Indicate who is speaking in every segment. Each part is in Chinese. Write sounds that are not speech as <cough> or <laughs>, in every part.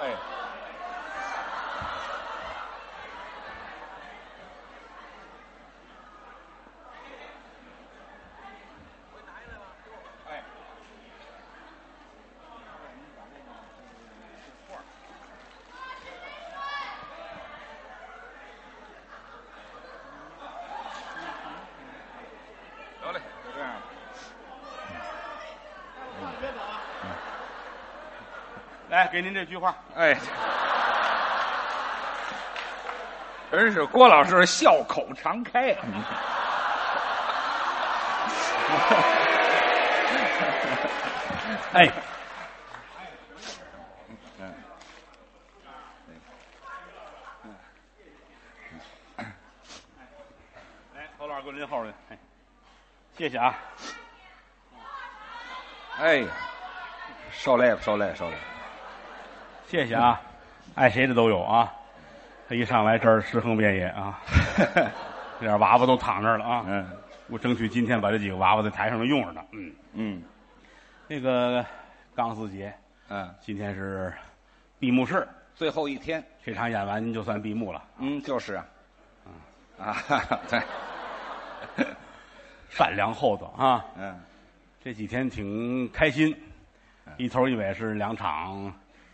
Speaker 1: 哎
Speaker 2: 来，给您这句话，
Speaker 1: 哎，真是郭老师笑口常开。啊哎，
Speaker 2: 来，侯老师给我拎后来，哎，谢谢啊。
Speaker 1: 哎呀，受累了，受累了，受累了。
Speaker 2: 谢谢啊，爱谁的都有啊。他一上来这儿尸横遍野啊，
Speaker 1: <laughs>
Speaker 2: 这点娃娃都躺那儿了啊。
Speaker 1: 嗯
Speaker 2: 我争取今天把这几个娃娃在台上能用上它。嗯，
Speaker 1: 嗯
Speaker 2: 那个钢丝节，
Speaker 1: 嗯，
Speaker 2: 今天是闭幕式，
Speaker 1: 最后一天，
Speaker 2: 这场演完就算闭幕了。
Speaker 1: 嗯，就是啊，啊， <laughs> 哈哈对，
Speaker 2: 善良厚道啊，
Speaker 1: 嗯
Speaker 2: 这几天挺开心，一头一尾是两场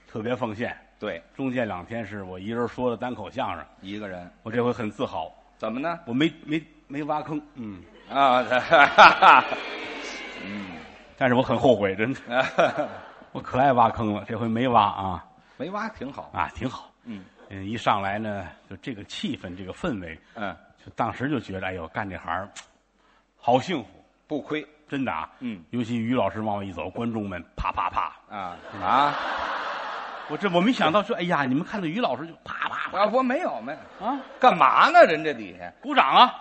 Speaker 2: 特别奉献，
Speaker 1: 对，
Speaker 2: 中间两天是我一人说的单口相声，
Speaker 1: 一个人
Speaker 2: 我这回很自豪，
Speaker 1: 怎么呢？
Speaker 2: 我没没没挖坑，嗯，
Speaker 1: 啊， <laughs> 哈哈哈
Speaker 2: 但是我很后悔，真的， <laughs>
Speaker 1: 啊哈哈
Speaker 2: 我可爱挖坑了，这回没挖啊
Speaker 1: 没挖挺好，
Speaker 2: 啊，挺好，
Speaker 1: 嗯
Speaker 2: 嗯，一上来呢，就这个气氛，这个氛围，
Speaker 1: 嗯，
Speaker 2: 就当时就觉得，哎呦，干这行儿好幸福，
Speaker 1: 不亏
Speaker 2: 真的啊，
Speaker 1: 嗯，
Speaker 2: 尤其于老师往外一走，观众们啪啪啪，
Speaker 1: 啊啊，
Speaker 2: 我这我没想到说，哎呀，你们看到于老师就啪啪
Speaker 1: 我我没有没有，
Speaker 2: 啪啊。
Speaker 1: 干嘛呢？人这底下
Speaker 2: 鼓掌啊！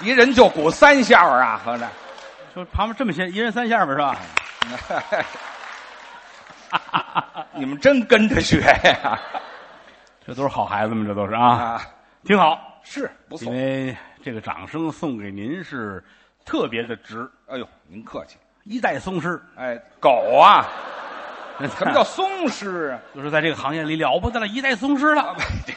Speaker 1: 一人就鼓三下儿啊，合着。
Speaker 2: 就旁边这么些，一人三下吧，是吧？
Speaker 1: 你们真跟着学呀、
Speaker 2: 这都是好孩子们，这都是啊，
Speaker 1: 啊，
Speaker 2: 挺好。
Speaker 1: 是不
Speaker 2: 因
Speaker 1: 错。
Speaker 2: 为这个掌声送给您是特别的值，
Speaker 1: 哎呦，您客气。
Speaker 2: 一代宗师，
Speaker 1: 哎，狗啊，什
Speaker 2: 什
Speaker 1: 么叫宗师啊？
Speaker 2: <laughs> 就是在这个行业里了不得了，一代宗师
Speaker 1: 啊
Speaker 2: 了，
Speaker 1: 不这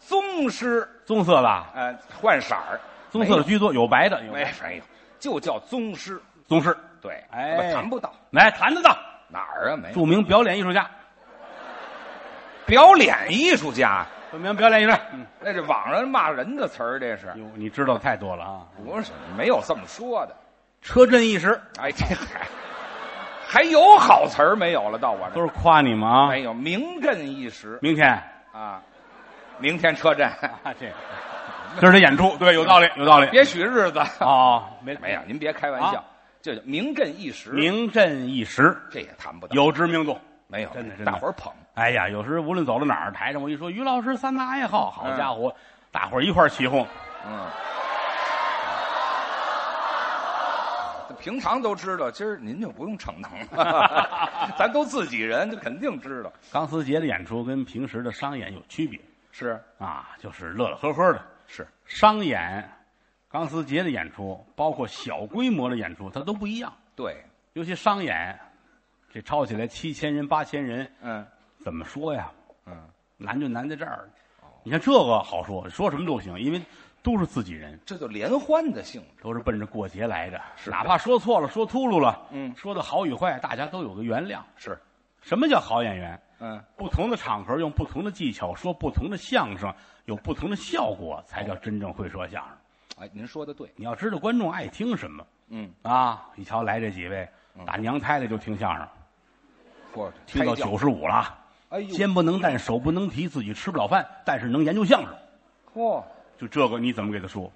Speaker 1: 宗师，
Speaker 2: 棕色的，
Speaker 1: 呃，换色儿，
Speaker 2: 棕色的居多，有白的，哎有
Speaker 1: 没
Speaker 2: 白
Speaker 1: 有哎没有，就叫宗师。
Speaker 2: 宗师，
Speaker 1: 对，
Speaker 2: 哎
Speaker 1: 我谈不到
Speaker 2: 来谈得到，
Speaker 1: 哪儿啊，没有
Speaker 2: 著名表演艺术家，
Speaker 1: 表演艺术家，
Speaker 2: 著名表演艺术家，嗯，
Speaker 1: 那是网上骂人的词儿，这是
Speaker 2: 哟，你知道的太多了啊，
Speaker 1: 不是没有这么说的？
Speaker 2: 车震一时，
Speaker 1: 哎，这还还有好词儿没有了？到我这
Speaker 2: 都
Speaker 1: 儿
Speaker 2: 是夸你们啊。
Speaker 1: 没有，名震一时
Speaker 2: 明天
Speaker 1: 啊！明天车震，
Speaker 2: 啊，这 <laughs> 今儿的演出，对，有道理，有道理。
Speaker 1: 别许日子。
Speaker 2: 哦，没
Speaker 1: 没有，您别开玩笑，这就名震一时，
Speaker 2: 啊名震一时，
Speaker 1: 这也谈不到。
Speaker 2: 有知名度。
Speaker 1: 没有？
Speaker 2: 真的真的
Speaker 1: 大伙儿捧，
Speaker 2: 哎呀，有时无论走到哪儿，台上我一说于老师三大爱好，好
Speaker 1: 嗯
Speaker 2: 家伙，大伙儿一块儿起哄。
Speaker 1: 嗯。这平常都知道，今儿您就不用逞能了， <laughs> 咱都自己人，就肯定知道。
Speaker 2: 钢丝节的演出跟平时的商演有区别
Speaker 1: 是
Speaker 2: 啊，就是乐乐呵呵的。
Speaker 1: 是，
Speaker 2: 商演、钢丝节的演出，包括小规模的演出，它都不一样。
Speaker 1: 对，
Speaker 2: 尤其商演，这抄起来七千人、八千人，
Speaker 1: 嗯
Speaker 2: 怎么说呀？
Speaker 1: 嗯，
Speaker 2: 难就难在这儿。
Speaker 1: 哦
Speaker 2: 你看这个好说，说什么都行，因为都是自己人。
Speaker 1: 这就联欢的性质。
Speaker 2: 都是奔着过节来的，
Speaker 1: 是
Speaker 2: 哪怕说错了、说秃噜了，
Speaker 1: 嗯
Speaker 2: 说的好与坏，大家都有个原谅。
Speaker 1: 是，
Speaker 2: 什么叫好演员？
Speaker 1: 嗯，
Speaker 2: 不同的场合用不同的技巧说不同的相声，有不同的效果，才叫真正会说相声。
Speaker 1: 哎，您说的对，
Speaker 2: 你要知道观众爱听什么
Speaker 1: 嗯，
Speaker 2: 啊！一瞧来这几位，打娘胎的就听相声，
Speaker 1: 嗯或者
Speaker 2: 听到
Speaker 1: 胎教
Speaker 2: 九十五了，
Speaker 1: 哎呦，
Speaker 2: 肩不能担，手不能提，自己吃不了饭，但是能研究相声。
Speaker 1: 嚯，
Speaker 2: 就这个你怎么给他说？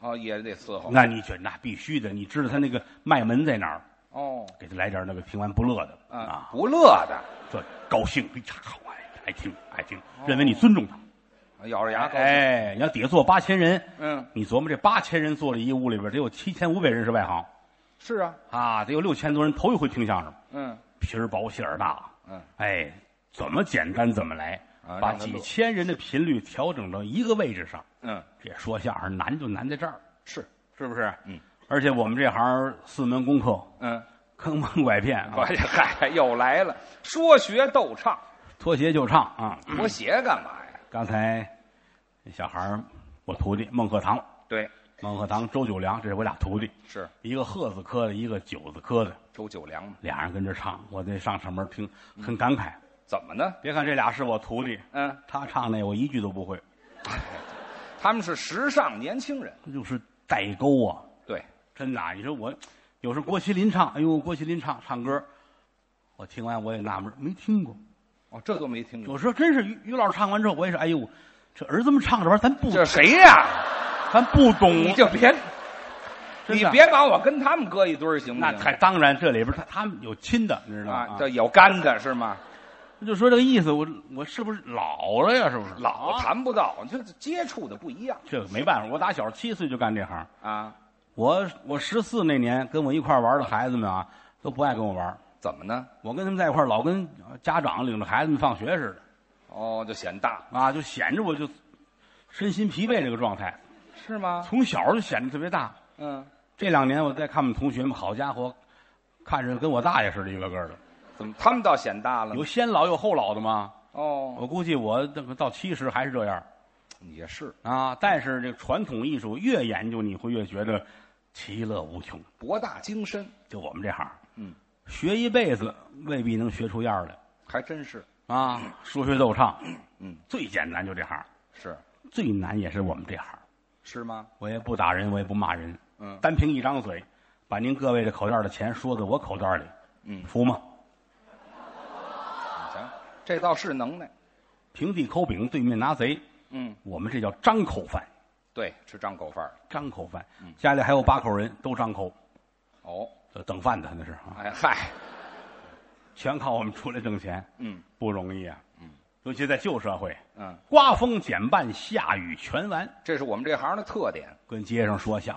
Speaker 1: 哦，也得伺候
Speaker 2: 那你觉得那必须的，你知道他那个脉门在哪儿，
Speaker 1: 哦，
Speaker 2: 给他来点那个听完不乐的
Speaker 1: 啊
Speaker 2: 啊，。
Speaker 1: 不乐的，
Speaker 2: 这高兴，哎呀，好爱爱听爱听，认为你尊重他。
Speaker 1: 咬着牙哦高兴，
Speaker 2: 哎，你要底下坐八千人，
Speaker 1: 嗯，
Speaker 2: 你琢磨这八千人坐了一屋里边，得有七千五百人是外行
Speaker 1: 是啊，
Speaker 2: 啊，得有六千多人头一回听相声，
Speaker 1: 嗯
Speaker 2: 皮儿薄馅儿大，
Speaker 1: 嗯，
Speaker 2: 哎，怎么简单怎么来
Speaker 1: 啊，
Speaker 2: 把
Speaker 1: 让他
Speaker 2: 几
Speaker 1: 乐
Speaker 2: 千人的频率调整到一个位置上，
Speaker 1: 嗯，
Speaker 2: 这说相声难就难在这儿，
Speaker 1: 是，
Speaker 2: 是不是？
Speaker 1: 嗯，
Speaker 2: 而且我们这行四门功课，
Speaker 1: 嗯，
Speaker 2: 坑蒙拐骗
Speaker 1: 我
Speaker 2: 啊，
Speaker 1: 这嗨又来了，说学逗唱，
Speaker 2: 脱鞋就唱啊。
Speaker 1: 脱鞋干嘛呀？
Speaker 2: 刚才那小孩儿我徒弟孟鹤堂，
Speaker 1: 对，
Speaker 2: 孟鹤堂、周九良，这是我俩徒弟，
Speaker 1: 是
Speaker 2: 一个鹤字科的，一个九字科的，
Speaker 1: 周九良嘛？
Speaker 2: 俩人跟这唱，我得上上门听，很感慨。
Speaker 1: 怎么呢？
Speaker 2: 别看这俩是我徒弟，
Speaker 1: 嗯，
Speaker 2: 他唱那我一句都不会，
Speaker 1: 他们是时尚年轻人，
Speaker 2: 这就是代沟啊！
Speaker 1: 对，
Speaker 2: 真的啊，你说我有时候郭麒麟唱，哎呦，郭麒麟唱唱歌，我听完我也纳闷儿，没听过。
Speaker 1: 哦，这都没听过。
Speaker 2: 有时候真是于于老师唱完之后，我也是，哎呦，这儿子们唱这玩意儿，咱不
Speaker 1: 这谁呀、
Speaker 2: 咱不懂，
Speaker 1: 你就别，
Speaker 2: 真
Speaker 1: 你
Speaker 2: 的啊
Speaker 1: 别把我跟他们搁一堆儿行不
Speaker 2: 那
Speaker 1: 行？
Speaker 2: 太当然，这里边他他们有亲的，你知道吗
Speaker 1: 啊，？这有干的是吗？
Speaker 2: 就说这个意思，我我是不是老了呀？是不是
Speaker 1: 老谈不到，就接触的不一样
Speaker 2: 这个没办法，我打小七岁就干这行。
Speaker 1: 啊。
Speaker 2: 我我十四那年跟我一块儿玩的孩子们啊，都不爱跟我玩儿。
Speaker 1: 怎么呢？
Speaker 2: 我跟他们在一块儿，老跟呃家长领着孩子们放学似
Speaker 1: 哦，就显大
Speaker 2: 的啊，就显着我就身心疲惫这个状态，
Speaker 1: 是吗？
Speaker 2: 从小就显得特别大。
Speaker 1: 嗯，
Speaker 2: 这两年我再看我们同学们，好家伙，看着跟我大爷似的，一个个的，
Speaker 1: 怎么他们倒显大了呢？
Speaker 2: 有先老有后老的嘛。
Speaker 1: 哦，
Speaker 2: 我估计我这个到七十还是这样
Speaker 1: 也是
Speaker 2: 啊。但是这个传统艺术越研究，你会越觉得其乐无穷。
Speaker 1: 博大精深，
Speaker 2: 就我们这行，
Speaker 1: 嗯，
Speaker 2: 学一辈子未必能学出样儿来。
Speaker 1: 还真是
Speaker 2: 啊，说学逗唱，
Speaker 1: 嗯，
Speaker 2: 最简单就这行，
Speaker 1: 是
Speaker 2: 最难也是我们这行。
Speaker 1: 是吗？
Speaker 2: 我也不打人，我也不骂人，
Speaker 1: 嗯
Speaker 2: 单凭一张嘴，把您各位的口袋的钱说到我口袋里，
Speaker 1: 嗯，
Speaker 2: 服吗？
Speaker 1: 行，这倒是能耐。
Speaker 2: 平地抠饼，对面拿贼，
Speaker 1: 嗯，
Speaker 2: 我们这叫张口饭，
Speaker 1: 对，吃张口饭儿。
Speaker 2: 张口饭。
Speaker 1: 嗯
Speaker 2: 家里还有八口人，都张口，
Speaker 1: 哦，
Speaker 2: 呃等饭的那是啊，
Speaker 1: 哎嗨，
Speaker 2: 全靠我们出来挣钱，
Speaker 1: 嗯
Speaker 2: 不容易啊。嗯，尤其在旧社会，
Speaker 1: 嗯，
Speaker 2: 刮风减半，下雨全完，
Speaker 1: 这是我们这行的特点，
Speaker 2: 跟街上说相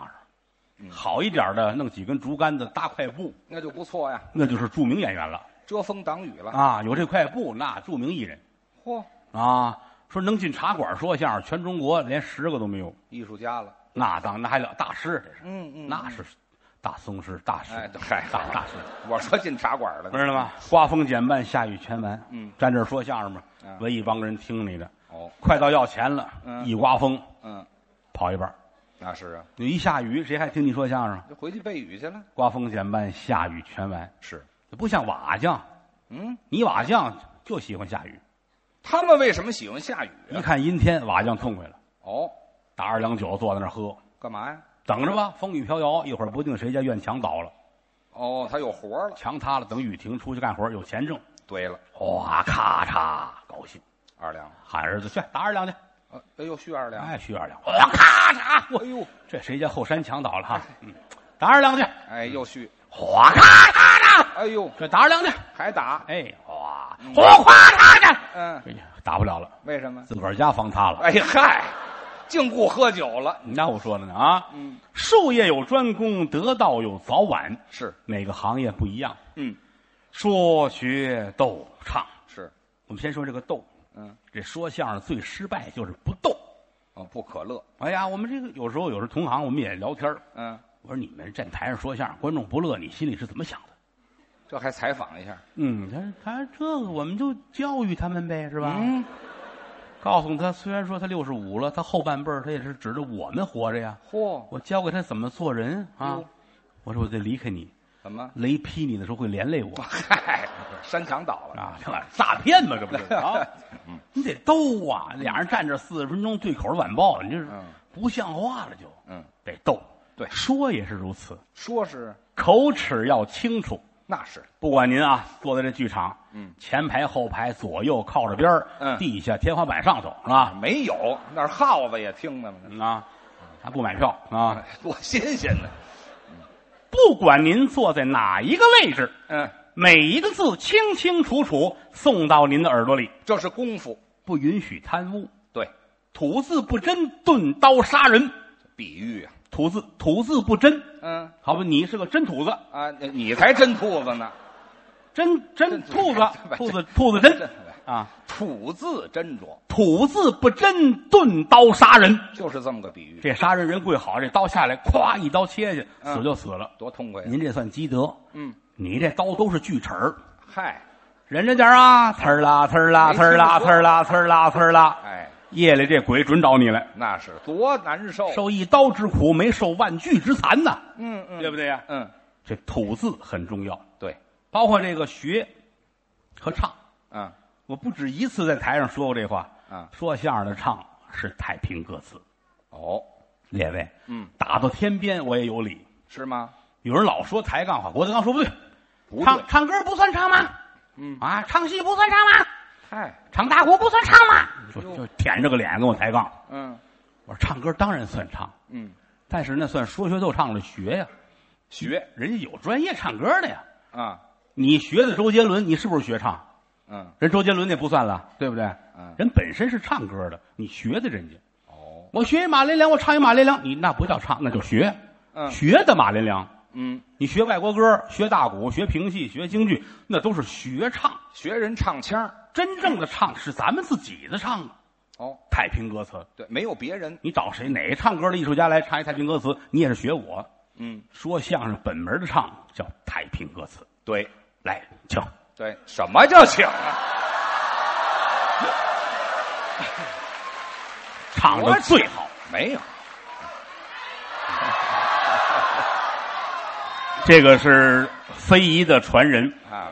Speaker 1: 嗯
Speaker 2: 声，好一点的弄几根竹竿子搭块布。
Speaker 1: 那就不错呀，
Speaker 2: 那就是著名演员了
Speaker 1: 遮风挡雨了。
Speaker 2: 啊，有这块布，那著名艺人
Speaker 1: 嚯，
Speaker 2: 啊，说能进茶馆说相声，全中国连十个都没有，
Speaker 1: 艺术家了。
Speaker 2: 那当那还了大师，这是，
Speaker 1: 嗯嗯
Speaker 2: 那是大宗师，大师，
Speaker 1: 哎，对嗨，
Speaker 2: 大大师，
Speaker 1: 我说进茶馆了呢。
Speaker 2: 知道吗？刮风减半，下雨全完，
Speaker 1: 嗯，
Speaker 2: 站这儿说相声嘛
Speaker 1: 嗯，
Speaker 2: 围一帮人听你的，
Speaker 1: 哦，
Speaker 2: 快到要钱了，
Speaker 1: 嗯
Speaker 2: 一刮风
Speaker 1: 嗯，
Speaker 2: 跑一半儿，
Speaker 1: 那是啊，
Speaker 2: 你一下雨谁还听你说相声？
Speaker 1: 就回去背雨去了。
Speaker 2: 刮风减半，下雨全完，
Speaker 1: 是，
Speaker 2: 不像瓦匠，
Speaker 1: 嗯，
Speaker 2: 泥瓦匠就喜欢下雨，
Speaker 1: 他们为什么喜欢下雨
Speaker 2: 一
Speaker 1: 啊？
Speaker 2: 看阴天，瓦匠痛快了。
Speaker 1: 哦，
Speaker 2: 打二两酒坐在那儿喝，
Speaker 1: 干嘛呀？
Speaker 2: 等着吧，风雨飘摇，一会儿不定谁家院墙倒了，
Speaker 1: 哦，他有活了。
Speaker 2: 墙塌了，等雨停，出去干活有钱挣，
Speaker 1: 对了，
Speaker 2: 哗咔嚓，高兴，
Speaker 1: 二两，
Speaker 2: 喊儿子去打二两去，
Speaker 1: 呃哎呦，续二两，
Speaker 2: 哎，续二两，哗咔嚓，我
Speaker 1: 哎呦，
Speaker 2: 这谁家后山墙倒了哈，嗯，打二两去，
Speaker 1: 哎又续，
Speaker 2: 哗咔嚓嚓，
Speaker 1: 哎呦，
Speaker 2: 这打二两去，
Speaker 1: 还打，
Speaker 2: 哎，哗，哗咔嚓嚓，
Speaker 1: 嗯，
Speaker 2: 哎呀，打不了了，
Speaker 1: 为什么？
Speaker 2: 自个儿家房塌了，
Speaker 1: 哎嗨，净顾喝酒了。
Speaker 2: 那我说了呢啊，
Speaker 1: 嗯，
Speaker 2: 术业有专攻，得道有早晚，
Speaker 1: 是，
Speaker 2: 每个行业不一样。
Speaker 1: 嗯，
Speaker 2: 说学逗唱，
Speaker 1: 是，
Speaker 2: 我们先说这个逗。
Speaker 1: 嗯，
Speaker 2: 这说相声最失败就是不逗。
Speaker 1: 哦，不可乐，
Speaker 2: 哎呀，我们这个有时候有时候同行我们也聊天儿
Speaker 1: 嗯，
Speaker 2: 我说你们站台上说相声，观众不乐，你心里是怎么想的？
Speaker 1: 这还采访一下，
Speaker 2: 嗯，他他这个我们就教育他们呗，是吧？
Speaker 1: 嗯，
Speaker 2: 告诉他，虽然说他六十五了，他后半辈儿他也是指着我们活着呀。
Speaker 1: 嚯，
Speaker 2: 我教给他怎么做人啊
Speaker 1: 哟！
Speaker 2: 我说我得离开你，
Speaker 1: 怎么？ <laughs>
Speaker 2: 雷劈你的时候会连累我。
Speaker 1: 嗨，山墙倒了，
Speaker 2: 啊，这玩意儿诈骗嘛，这不是
Speaker 1: <laughs>
Speaker 2: 啊？你得斗啊！俩人站这四十分钟对口晚报，你这是
Speaker 1: 嗯
Speaker 2: 不像话了就，
Speaker 1: 嗯，
Speaker 2: 得斗。
Speaker 1: 对
Speaker 2: 说也是如此，
Speaker 1: 说是
Speaker 2: 口齿要清楚。
Speaker 1: 那是，
Speaker 2: 不管您啊，坐在这剧场，
Speaker 1: 嗯，
Speaker 2: 前排、后排、左右靠着边儿，
Speaker 1: 嗯
Speaker 2: 地下、天花板、上头，是吧？
Speaker 1: 没有，那儿耗子也听着呢，
Speaker 2: 嗯啊，还不买票啊？
Speaker 1: 哎多新鲜呢。
Speaker 2: 不管您坐在哪一个位置，
Speaker 1: 嗯，
Speaker 2: 每一个字清清楚楚送到您的耳朵里，
Speaker 1: 这是功夫，
Speaker 2: 不允许贪污，
Speaker 1: 对，
Speaker 2: 吐字不真，钝刀杀人。
Speaker 1: 比喻啊，
Speaker 2: 吐字吐字不真，
Speaker 1: 嗯
Speaker 2: 好吧，你是个真吐子，
Speaker 1: 啊，你你才真兔子呢，
Speaker 2: 真真
Speaker 1: 真
Speaker 2: 兔
Speaker 1: 吐 <laughs>
Speaker 2: 子
Speaker 1: 子，
Speaker 2: 兔子兔子真
Speaker 1: 真
Speaker 2: 啊，
Speaker 1: <laughs> 吐字斟酌，
Speaker 2: 吐字不真，钝刀杀人。
Speaker 1: 就是这么个比喻，
Speaker 2: 这杀人人跪好，这刀下来，咵一刀切下去，
Speaker 1: 嗯
Speaker 2: 死就死了。
Speaker 1: 多痛快呀。啊
Speaker 2: 您这算积德，
Speaker 1: 嗯，
Speaker 2: 你这刀都是锯齿儿，
Speaker 1: 嗨，
Speaker 2: 忍着点儿啊，呲儿啦呲儿啦
Speaker 1: 没
Speaker 2: 呲儿啦呲
Speaker 1: 听说
Speaker 2: 儿啦呲儿啦呲儿啦，
Speaker 1: 哎，
Speaker 2: 夜里这鬼准找你来，
Speaker 1: 那是多难受。
Speaker 2: 受一刀之苦，没受万锯之残呐，
Speaker 1: 嗯嗯，
Speaker 2: 对不对呀？
Speaker 1: 嗯，
Speaker 2: 这吐字很重要，
Speaker 1: 对，
Speaker 2: 包括这个学和唱。
Speaker 1: 嗯
Speaker 2: 我不止一次在台上说过这话。
Speaker 1: 嗯，
Speaker 2: 说相声的唱是太平歌词，
Speaker 1: 哦，
Speaker 2: 列位，
Speaker 1: 嗯，
Speaker 2: 打到天边我也有理。
Speaker 1: 是吗？
Speaker 2: 有人老说抬杠话，郭德纲说不对，
Speaker 1: 不对
Speaker 2: 唱，唱歌不算唱吗？
Speaker 1: 嗯
Speaker 2: 啊，唱戏不算唱吗？
Speaker 1: 嗨，
Speaker 2: 唱大鼓不算唱吗？就
Speaker 1: 哟
Speaker 2: 就舔着个脸跟我抬杠。
Speaker 1: 嗯
Speaker 2: 我说唱歌当然算唱，
Speaker 1: 嗯，
Speaker 2: 但是那算说学逗唱的学呀，
Speaker 1: 学
Speaker 2: 人家有专业唱歌的呀。
Speaker 1: 啊，
Speaker 2: 你学的周杰伦，你是不是学唱？
Speaker 1: 嗯
Speaker 2: 人周杰伦那不算了，对不对？
Speaker 1: 嗯，
Speaker 2: 人本身是唱歌的，你学的人家。
Speaker 1: 哦，
Speaker 2: 我学一马连良，我唱一马连良，你那不叫唱，那叫学。
Speaker 1: 嗯
Speaker 2: 学的马连良，
Speaker 1: 嗯，
Speaker 2: 你学外国歌，学大鼓，学评戏，学京剧，那都是学唱。
Speaker 1: 学人唱腔儿
Speaker 2: 真正的唱是咱们自己的唱啊，
Speaker 1: 哦，
Speaker 2: 太平歌词。
Speaker 1: 对，没有别人，
Speaker 2: 你找谁哪个唱歌的艺术家来唱一太平歌词，你也是学我。
Speaker 1: 嗯，
Speaker 2: 说相声本门的唱叫太平歌词，
Speaker 1: 对
Speaker 2: 来，请。
Speaker 1: 对，什么叫请啊？
Speaker 2: 唱的最好。
Speaker 1: 没有，
Speaker 2: 这个是非遗的传人，
Speaker 1: 啊，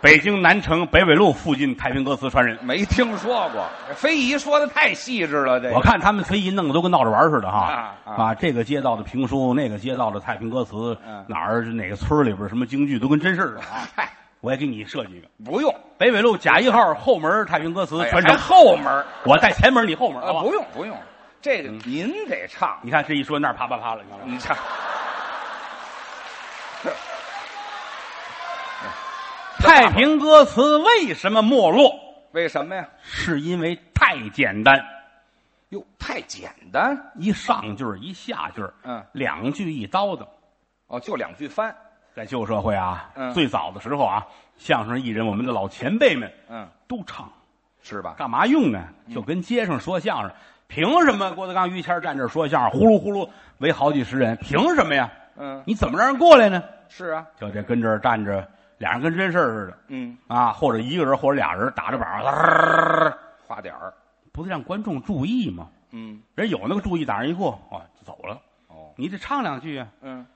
Speaker 2: 北京南城北纬路附近太平歌词传人。
Speaker 1: 没听说过，这非遗说的太细致了，这个
Speaker 2: 我看他们非遗弄得都跟闹着玩儿似的哈
Speaker 1: 啊啊
Speaker 2: 这个街道的评书，那个街道的太平歌词，
Speaker 1: 嗯
Speaker 2: 哪儿哪个村儿里边什么京剧都跟真事儿似的啊！
Speaker 1: 嗨，
Speaker 2: 我也给你设计一个，
Speaker 1: 不用，
Speaker 2: 北纬路甲一号后门太平歌词
Speaker 1: 哎呀
Speaker 2: 传
Speaker 1: 还 <laughs>
Speaker 2: 承，
Speaker 1: 后门儿
Speaker 2: 我在前门，你后门，嗯
Speaker 1: 啊，
Speaker 2: 好吧？嗯
Speaker 1: 不用不用，这个您给唱，
Speaker 2: 你看这一说那儿啪啪啪了，你看吗？
Speaker 1: 你唱。 <laughs>
Speaker 2: 太平歌词为什么没落？
Speaker 1: 为什么呀？
Speaker 2: 是因为太简单，
Speaker 1: 哟，太简单
Speaker 2: 一上句儿一下句儿
Speaker 1: 嗯
Speaker 2: 两句一刀的。
Speaker 1: 哦，就两句翻。
Speaker 2: 在旧社会啊，
Speaker 1: 嗯
Speaker 2: 最早的时候啊，相声艺人我们的老前辈们
Speaker 1: 嗯，
Speaker 2: 都唱，
Speaker 1: 是吧？
Speaker 2: 干嘛用呢？就跟街上说相声，凭什么郭德纲、于谦站这儿说相声，呼噜呼噜围好几十人，凭什么呀？
Speaker 1: 嗯，
Speaker 2: 你怎么让人过来呢？
Speaker 1: 是啊，
Speaker 2: 就这跟这儿站着，俩人跟真事儿似的
Speaker 1: 嗯，
Speaker 2: 啊，或者一个人或者俩人打着板儿，
Speaker 1: 花点儿，
Speaker 2: 不得让观众注意吗？
Speaker 1: 嗯，
Speaker 2: 人有那个注意，打人一过啊就走了，
Speaker 1: 哦，
Speaker 2: 你得唱两句啊。
Speaker 1: 嗯，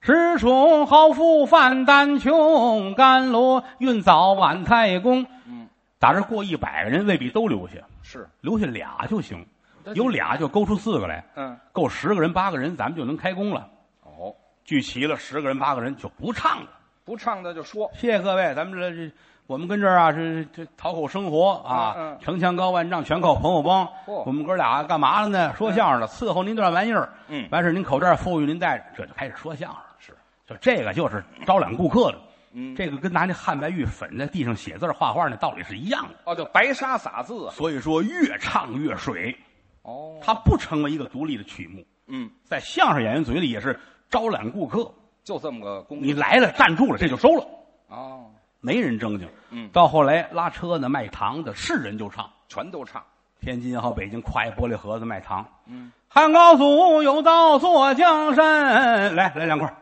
Speaker 2: 吃穷好富饭单穷，甘罗运早晚太公。
Speaker 1: 嗯，
Speaker 2: 打这过一百个人未必都留下，
Speaker 1: 是
Speaker 2: 留下俩就行，
Speaker 1: 但是
Speaker 2: 有俩就勾出四个来，
Speaker 1: 嗯，
Speaker 2: 够十个人八个人，咱们就能开工了。
Speaker 1: 哦，
Speaker 2: 聚齐了十个人八个人就不唱了。
Speaker 1: 不唱的就说，
Speaker 2: 谢谢各位，咱们这这我们跟这儿啊是这讨口生活啊，
Speaker 1: 嗯嗯
Speaker 2: 城墙高万丈全靠朋友帮。
Speaker 1: 嚯
Speaker 2: 我们哥俩干嘛了呢？说相声的，伺候您段玩意儿。
Speaker 1: 嗯
Speaker 2: 完事儿您口罩富裕您带着，这就开始说相声。
Speaker 1: 是，
Speaker 2: 就这个就是招揽顾客的。
Speaker 1: 嗯，
Speaker 2: 这个跟拿那汉白玉粉在地上写字儿画画那道理是一样的。
Speaker 1: 哦，就白沙撒字啊，
Speaker 2: 所以说，越唱越水，
Speaker 1: 哦
Speaker 2: 它不成为一个独立的曲目，
Speaker 1: 嗯，
Speaker 2: 在相声演员嘴里也是招揽顾客。
Speaker 1: 就这么个功
Speaker 2: 你来了，站住了，这就收了，
Speaker 1: 哦，
Speaker 2: 没人正经。
Speaker 1: 嗯
Speaker 2: 到后来拉车的、卖糖的，是人就唱。
Speaker 1: 全都唱，
Speaker 2: 天津也好，北京挎一玻璃盒子卖糖。
Speaker 1: 嗯，
Speaker 2: 汉高祖有道坐江山，来来两块儿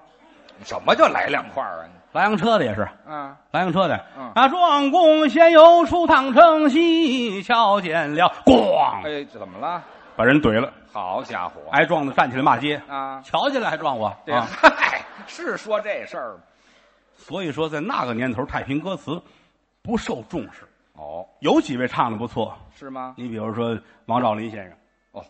Speaker 1: 什么叫来两块儿啊？
Speaker 2: 拉洋车的也是，
Speaker 1: 啊，
Speaker 2: 拉洋车的。
Speaker 1: 嗯
Speaker 2: 啊，壮公闲游出趟城西，瞧见了，咣，
Speaker 1: 哎，怎么了？
Speaker 2: 把人怼了。
Speaker 1: 好家伙，
Speaker 2: 挨撞的站起来骂街，
Speaker 1: 啊，
Speaker 2: 瞧见了还撞我
Speaker 1: <laughs> 这
Speaker 2: 啊！
Speaker 1: 嗨， <laughs> 是说这事儿吗？
Speaker 2: 所以说，在那个年头，太平歌词不受重视。
Speaker 1: 哦，
Speaker 2: 有几位唱的不错，
Speaker 1: 是吗？
Speaker 2: 你比如说王兆林先生、
Speaker 1: 哦，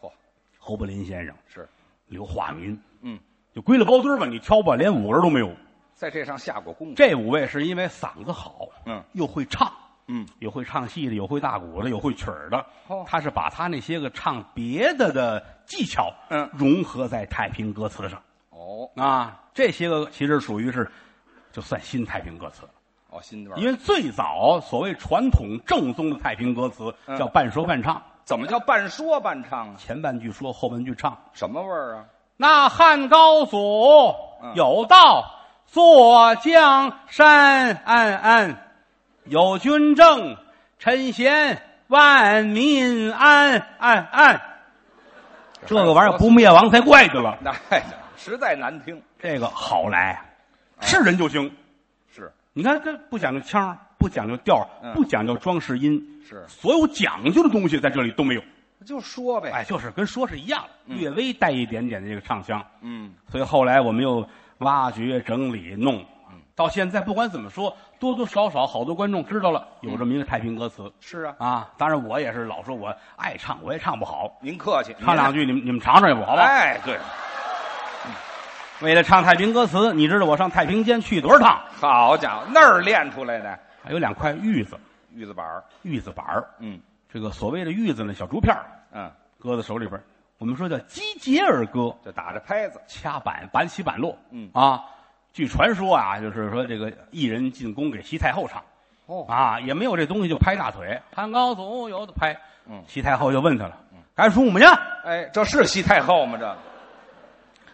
Speaker 2: 侯伯林先生、
Speaker 1: 是，
Speaker 2: 刘化民，
Speaker 1: 嗯，
Speaker 2: 就归了包堆儿吧，你挑吧，连五个人都没有。
Speaker 1: 在这上下过功夫，
Speaker 2: 这五位是因为嗓子好，
Speaker 1: 嗯
Speaker 2: 又会唱，
Speaker 1: 嗯，
Speaker 2: 有会唱戏的，有会大鼓的，有会曲儿的。
Speaker 1: 哦
Speaker 2: 他是把他那些个唱别的的技巧，
Speaker 1: 嗯
Speaker 2: 融合在太平歌词上
Speaker 1: 哦
Speaker 2: 啊。这些个其实属于是，就算新太平歌词。
Speaker 1: 哦，新味儿，
Speaker 2: 因为最早所谓传统正宗的太平歌词
Speaker 1: 嗯
Speaker 2: 叫半说半唱，
Speaker 1: 怎么叫半说半唱啊？
Speaker 2: 前半句说，后半句唱。
Speaker 1: 什么味儿啊？
Speaker 2: 那汉高祖
Speaker 1: 嗯
Speaker 2: 有道坐江山，安安有军政，臣贤万民安安安。这个玩意儿不灭亡才怪的了。
Speaker 1: 那、哎、实在难听，
Speaker 2: 这个好来，是人就行。
Speaker 1: 是
Speaker 2: 你看这不讲究腔儿，不讲究调儿，
Speaker 1: 嗯
Speaker 2: 不讲究装饰音，
Speaker 1: 是，
Speaker 2: 所有讲究的东西在这里都没有。
Speaker 1: 就说呗。
Speaker 2: 哎，就是跟说是一样，
Speaker 1: 嗯
Speaker 2: 略微带一点点的这个唱腔。
Speaker 1: 嗯，
Speaker 2: 所以后来我们又挖掘、整理、弄，到现在不管怎么说，多多少少好多观众知道了有这么一个太平歌词
Speaker 1: 是啊，
Speaker 2: 啊。当然我也是老说我爱唱，我也唱不好，
Speaker 1: 您客气，
Speaker 2: 唱两
Speaker 1: 句。哎
Speaker 2: 句你们你们尝尝也不好吧？
Speaker 1: 哎，对，
Speaker 2: 为了唱太平歌词，你知道我上太平间去多少趟？
Speaker 1: 好家伙，那儿练出来的
Speaker 2: 还有两块玉子，
Speaker 1: 玉子板儿，
Speaker 2: 玉子板儿。
Speaker 1: 嗯
Speaker 2: 这个所谓的玉子呢，小竹片儿
Speaker 1: 嗯，
Speaker 2: 搁在手里边儿，我们说叫击节而歌，
Speaker 1: 就打着拍子，
Speaker 2: 掐板板起板落。
Speaker 1: 嗯
Speaker 2: 啊，据传说啊，就是说这个艺人进宫给西太后唱
Speaker 1: 哦
Speaker 2: 啊，也没有这东西就拍大腿，汉高祖有的拍。
Speaker 1: 嗯
Speaker 2: 西太后就问他了，赶紧数我们去，
Speaker 1: 哎，这是西太后吗？这个，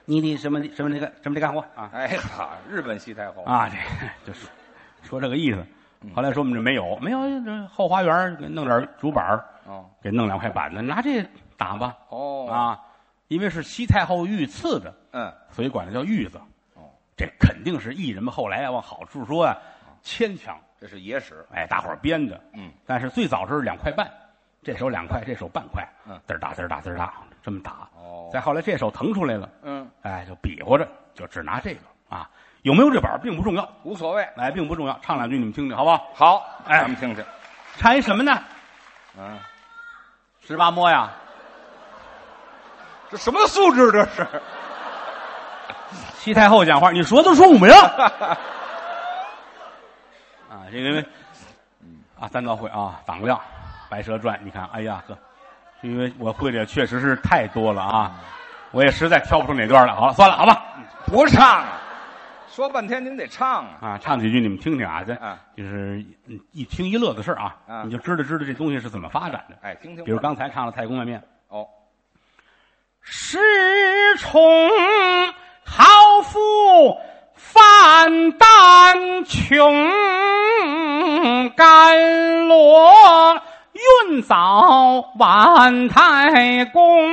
Speaker 2: 你得什么什么这个什么这干活啊
Speaker 1: 哎呀，日本西太后，
Speaker 2: 啊，这就是说这个意思。
Speaker 1: 嗯
Speaker 2: 后来说我们这没有，没有这后花园儿给弄点竹板儿
Speaker 1: 哦
Speaker 2: 给弄两块板子，拿这打吧。
Speaker 1: 哦，
Speaker 2: 啊，因为是西太后御赐的，
Speaker 1: 嗯，
Speaker 2: 所以管它叫御子。
Speaker 1: 哦，
Speaker 2: 这肯定是艺人们后来啊往好处说啊，牵强，
Speaker 1: 这是野史，
Speaker 2: 哎，大伙儿编的。
Speaker 1: 嗯，
Speaker 2: 但是最早是两块半，这手两块，这手半块，
Speaker 1: 嗯
Speaker 2: 嘚儿打嘚儿打嘚儿打，这么打。
Speaker 1: 哦
Speaker 2: 再后来这手腾出来了，
Speaker 1: 嗯，
Speaker 2: 哎，就比划着，就只拿这个啊，有没有这板儿并不重要，
Speaker 1: 无所谓，
Speaker 2: 哎，并不重要。唱两句你们听听好不好？
Speaker 1: 好，
Speaker 2: 哎
Speaker 1: 咱们听听，
Speaker 2: 唱一什么呢？
Speaker 1: 嗯，
Speaker 2: 十八摸呀，
Speaker 1: 这什么素质这是？
Speaker 2: 西太后讲话，你说的是我们呀！啊，这个，啊，三道会啊，党亮，《白蛇传》，你看，哎呀呵，因为我会的确实是太多了啊，我也实在挑不出哪段了。好了，算了，好吧，
Speaker 1: 不唱啊，说半天您得唱啊，
Speaker 2: 啊，唱几句你们听听啊，这
Speaker 1: 啊
Speaker 2: 就是嗯一听一乐的事儿啊
Speaker 1: 啊，
Speaker 2: 你就知道知道这东西是怎么发展的。
Speaker 1: 哎，听听，
Speaker 2: 比如刚才唱了《太公外面》，
Speaker 1: 哦，
Speaker 2: 恃宠豪富，饭担穷，甘罗运早晚太公。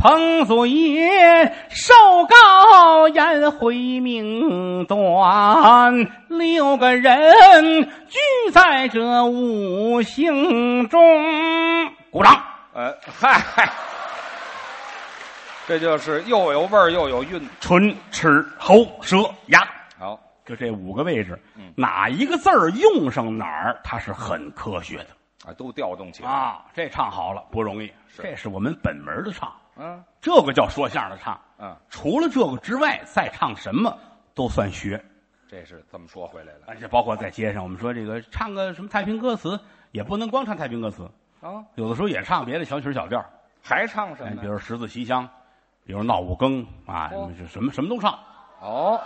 Speaker 2: 彭祖爷寿高颜回命短，六个人聚在这五行中，鼓掌。
Speaker 1: 呃，嗨嗨，这就是又有味儿又有韵，
Speaker 2: 唇、齿、喉、舌、牙，
Speaker 1: 好，
Speaker 2: 就这五个位置，
Speaker 1: 嗯
Speaker 2: 哪一个字儿用上哪儿，它是很科学的
Speaker 1: 啊，都调动起来，
Speaker 2: 啊。这唱好了不容易，这是我们本门的唱，
Speaker 1: 嗯
Speaker 2: 这个叫说相声的唱。
Speaker 1: 嗯，
Speaker 2: 除了这个之外，再唱什么都算学，
Speaker 1: 这是这么说回来的
Speaker 2: 而且包括在街上，我们说这个唱个什么太平歌词，也不能光唱太平歌词，
Speaker 1: 啊，
Speaker 2: 有的时候也唱别的小曲儿小调儿，
Speaker 1: 还唱什
Speaker 2: 哎，
Speaker 1: 么
Speaker 2: 比
Speaker 1: 呀？
Speaker 2: 如十字西厢，比如闹五更啊，
Speaker 1: 哦
Speaker 2: 就什么什么都唱。
Speaker 1: 哦，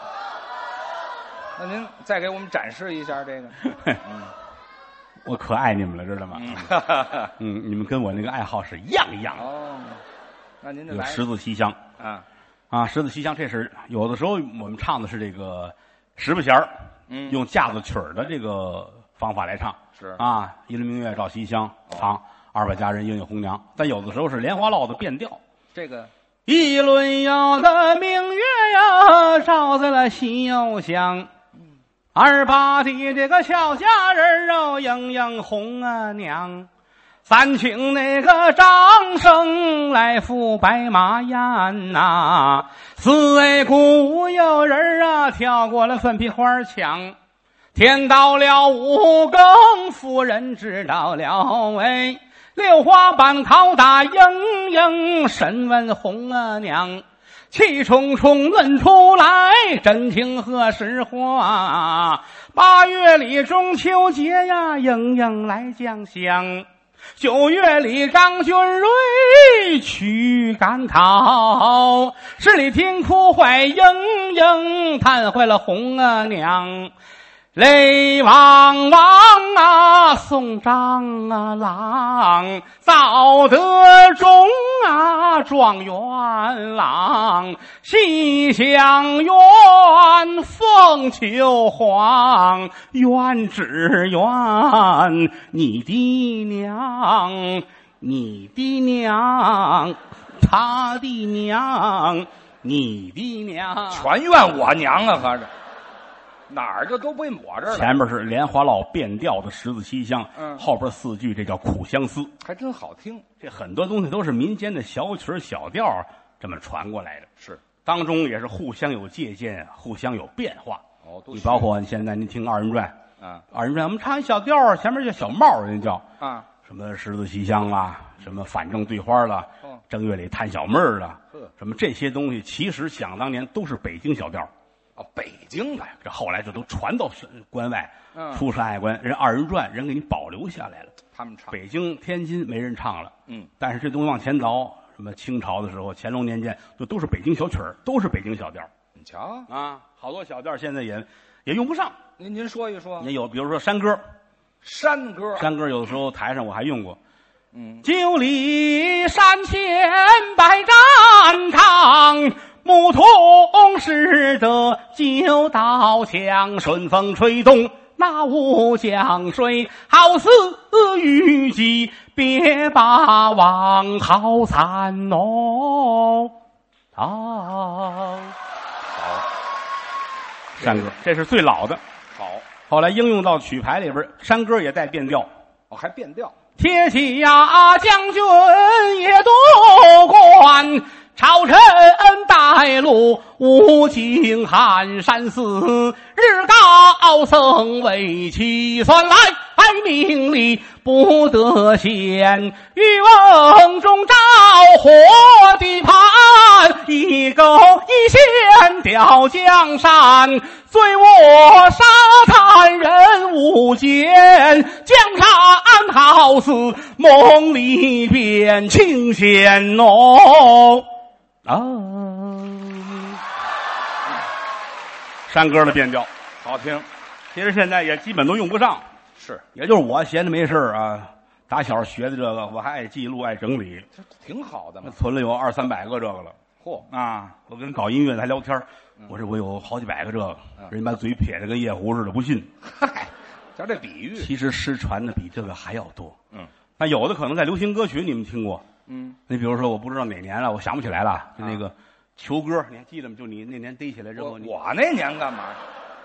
Speaker 1: 那您再给我们展示一下这个，
Speaker 2: 我可爱你们了，知道吗？
Speaker 1: <laughs>
Speaker 2: 嗯，你们跟我那个爱好是一样一样的。
Speaker 1: 哦，那您就
Speaker 2: 有
Speaker 1: 来
Speaker 2: 十字西厢
Speaker 1: 啊，
Speaker 2: 啊，十字西厢，这是有的时候我们唱的是这个十不弦儿，
Speaker 1: 嗯
Speaker 2: 用架子曲儿的这个方法来唱
Speaker 1: 是
Speaker 2: 啊，一轮明月照西厢，唐二百佳人应有红娘。但有的时候是莲花落的变调，
Speaker 1: 这个
Speaker 2: 一轮有的明月呀，照在了西游乡。二八的这个小佳人儿哦，映映红啊娘。三请那个张生来赴白马宴呐、四位鼓舞有人儿啊，跳过了粉皮花墙。天到了五更，夫人知道了哎，六花板拷打莺莺，审问红额娘，气冲冲论出来，真情何时话？八月里中秋节呀，莺莺来将香。九月里，张君瑞驱赶讨，十里听哭坏莺莺，叹坏了红额娘。雷王王啊，宋张啊，郎造得中啊，状元郎西厢院，凤求凰，愿只愿你的娘，你的娘，他的娘，你的娘。
Speaker 1: <laughs> 全怨我娘啊，反正哪儿就都奔我这儿了，
Speaker 2: 前面是莲花落变调的十字西厢，
Speaker 1: 嗯
Speaker 2: 后边四句这叫苦相思。
Speaker 1: 还真好听，
Speaker 2: 这很多东西都是民间的小曲儿小调儿这么传过来的，
Speaker 1: 是
Speaker 2: 当中也是互相有借鉴，互相有变化。
Speaker 1: 哦，都
Speaker 2: 你
Speaker 1: 学
Speaker 2: 包括现在您听二人转，
Speaker 1: 啊
Speaker 2: 二人转我们唱一小调儿，前面叫小帽儿，人家叫
Speaker 1: 啊，
Speaker 2: 什什么十字西厢啦，什么反正对花啦
Speaker 1: 哦，
Speaker 2: 正月里探小妹儿啦
Speaker 1: 呵，
Speaker 2: 什么这些东西，其实想当年都是北京小调儿，
Speaker 1: 哦，北京的，
Speaker 2: 这后来就都传到山关外
Speaker 1: 嗯，
Speaker 2: 出山海关，人二人转人给你保留下来了。
Speaker 1: 他们唱，
Speaker 2: 北京、天津没人唱了，
Speaker 1: 嗯，
Speaker 2: 但是这东西往前倒，什么清朝的时候、乾隆年间，就都是北京小曲儿，都是北京小调儿
Speaker 1: 你瞧，
Speaker 2: 啊，好多小调儿现在也也用不上。
Speaker 1: 您您说一说，
Speaker 2: 也有，比如说山歌，
Speaker 1: 山歌，
Speaker 2: 山歌有的时候台上我还用过。
Speaker 1: 嗯，
Speaker 2: 九里山前百战场，牧童拾得九道枪，顺风吹动那乌江水，好似虞姬，别把王好残哦。啊，
Speaker 1: 好，
Speaker 2: 山歌，这是最老的，
Speaker 1: 好，
Speaker 2: 后来应用到曲牌里边，山歌也带变调。
Speaker 1: 哦，还变调，
Speaker 2: 铁骑呀，将军也夺冠，朝臣带路，武警寒山寺，日高僧为其算来，命里不得闲。玉瓮中着火的盘，一钩一线吊江山，醉卧沙滩人无间，江山好似梦里边清闲哦。啊，山歌的变调，
Speaker 1: 好听，
Speaker 2: 其实现在也基本都用不上。
Speaker 1: 是，
Speaker 2: 也就是我闲着没事儿啊，打小学的这个，我还爱记录，爱整理，
Speaker 1: 这挺好的嘛，
Speaker 2: 存了有二三百个这个了
Speaker 1: 嚯，
Speaker 2: 啊！我跟搞音乐的还聊天儿我说我有好几百个这个，
Speaker 1: 嗯
Speaker 2: 人家把嘴撇的跟夜壶似的，不信。
Speaker 1: 嗨，瞧这比喻，
Speaker 2: 其实失传的比这个还要多。
Speaker 1: 嗯
Speaker 2: 那有的可能在流行歌曲你们听过，
Speaker 1: 嗯，
Speaker 2: 你比如说我不知道哪年了，我想不起来
Speaker 1: 啊
Speaker 2: 了，就那个球歌，你还记得吗？就你那年逮起来之
Speaker 1: 我
Speaker 2: 后，你
Speaker 1: 我那年干嘛？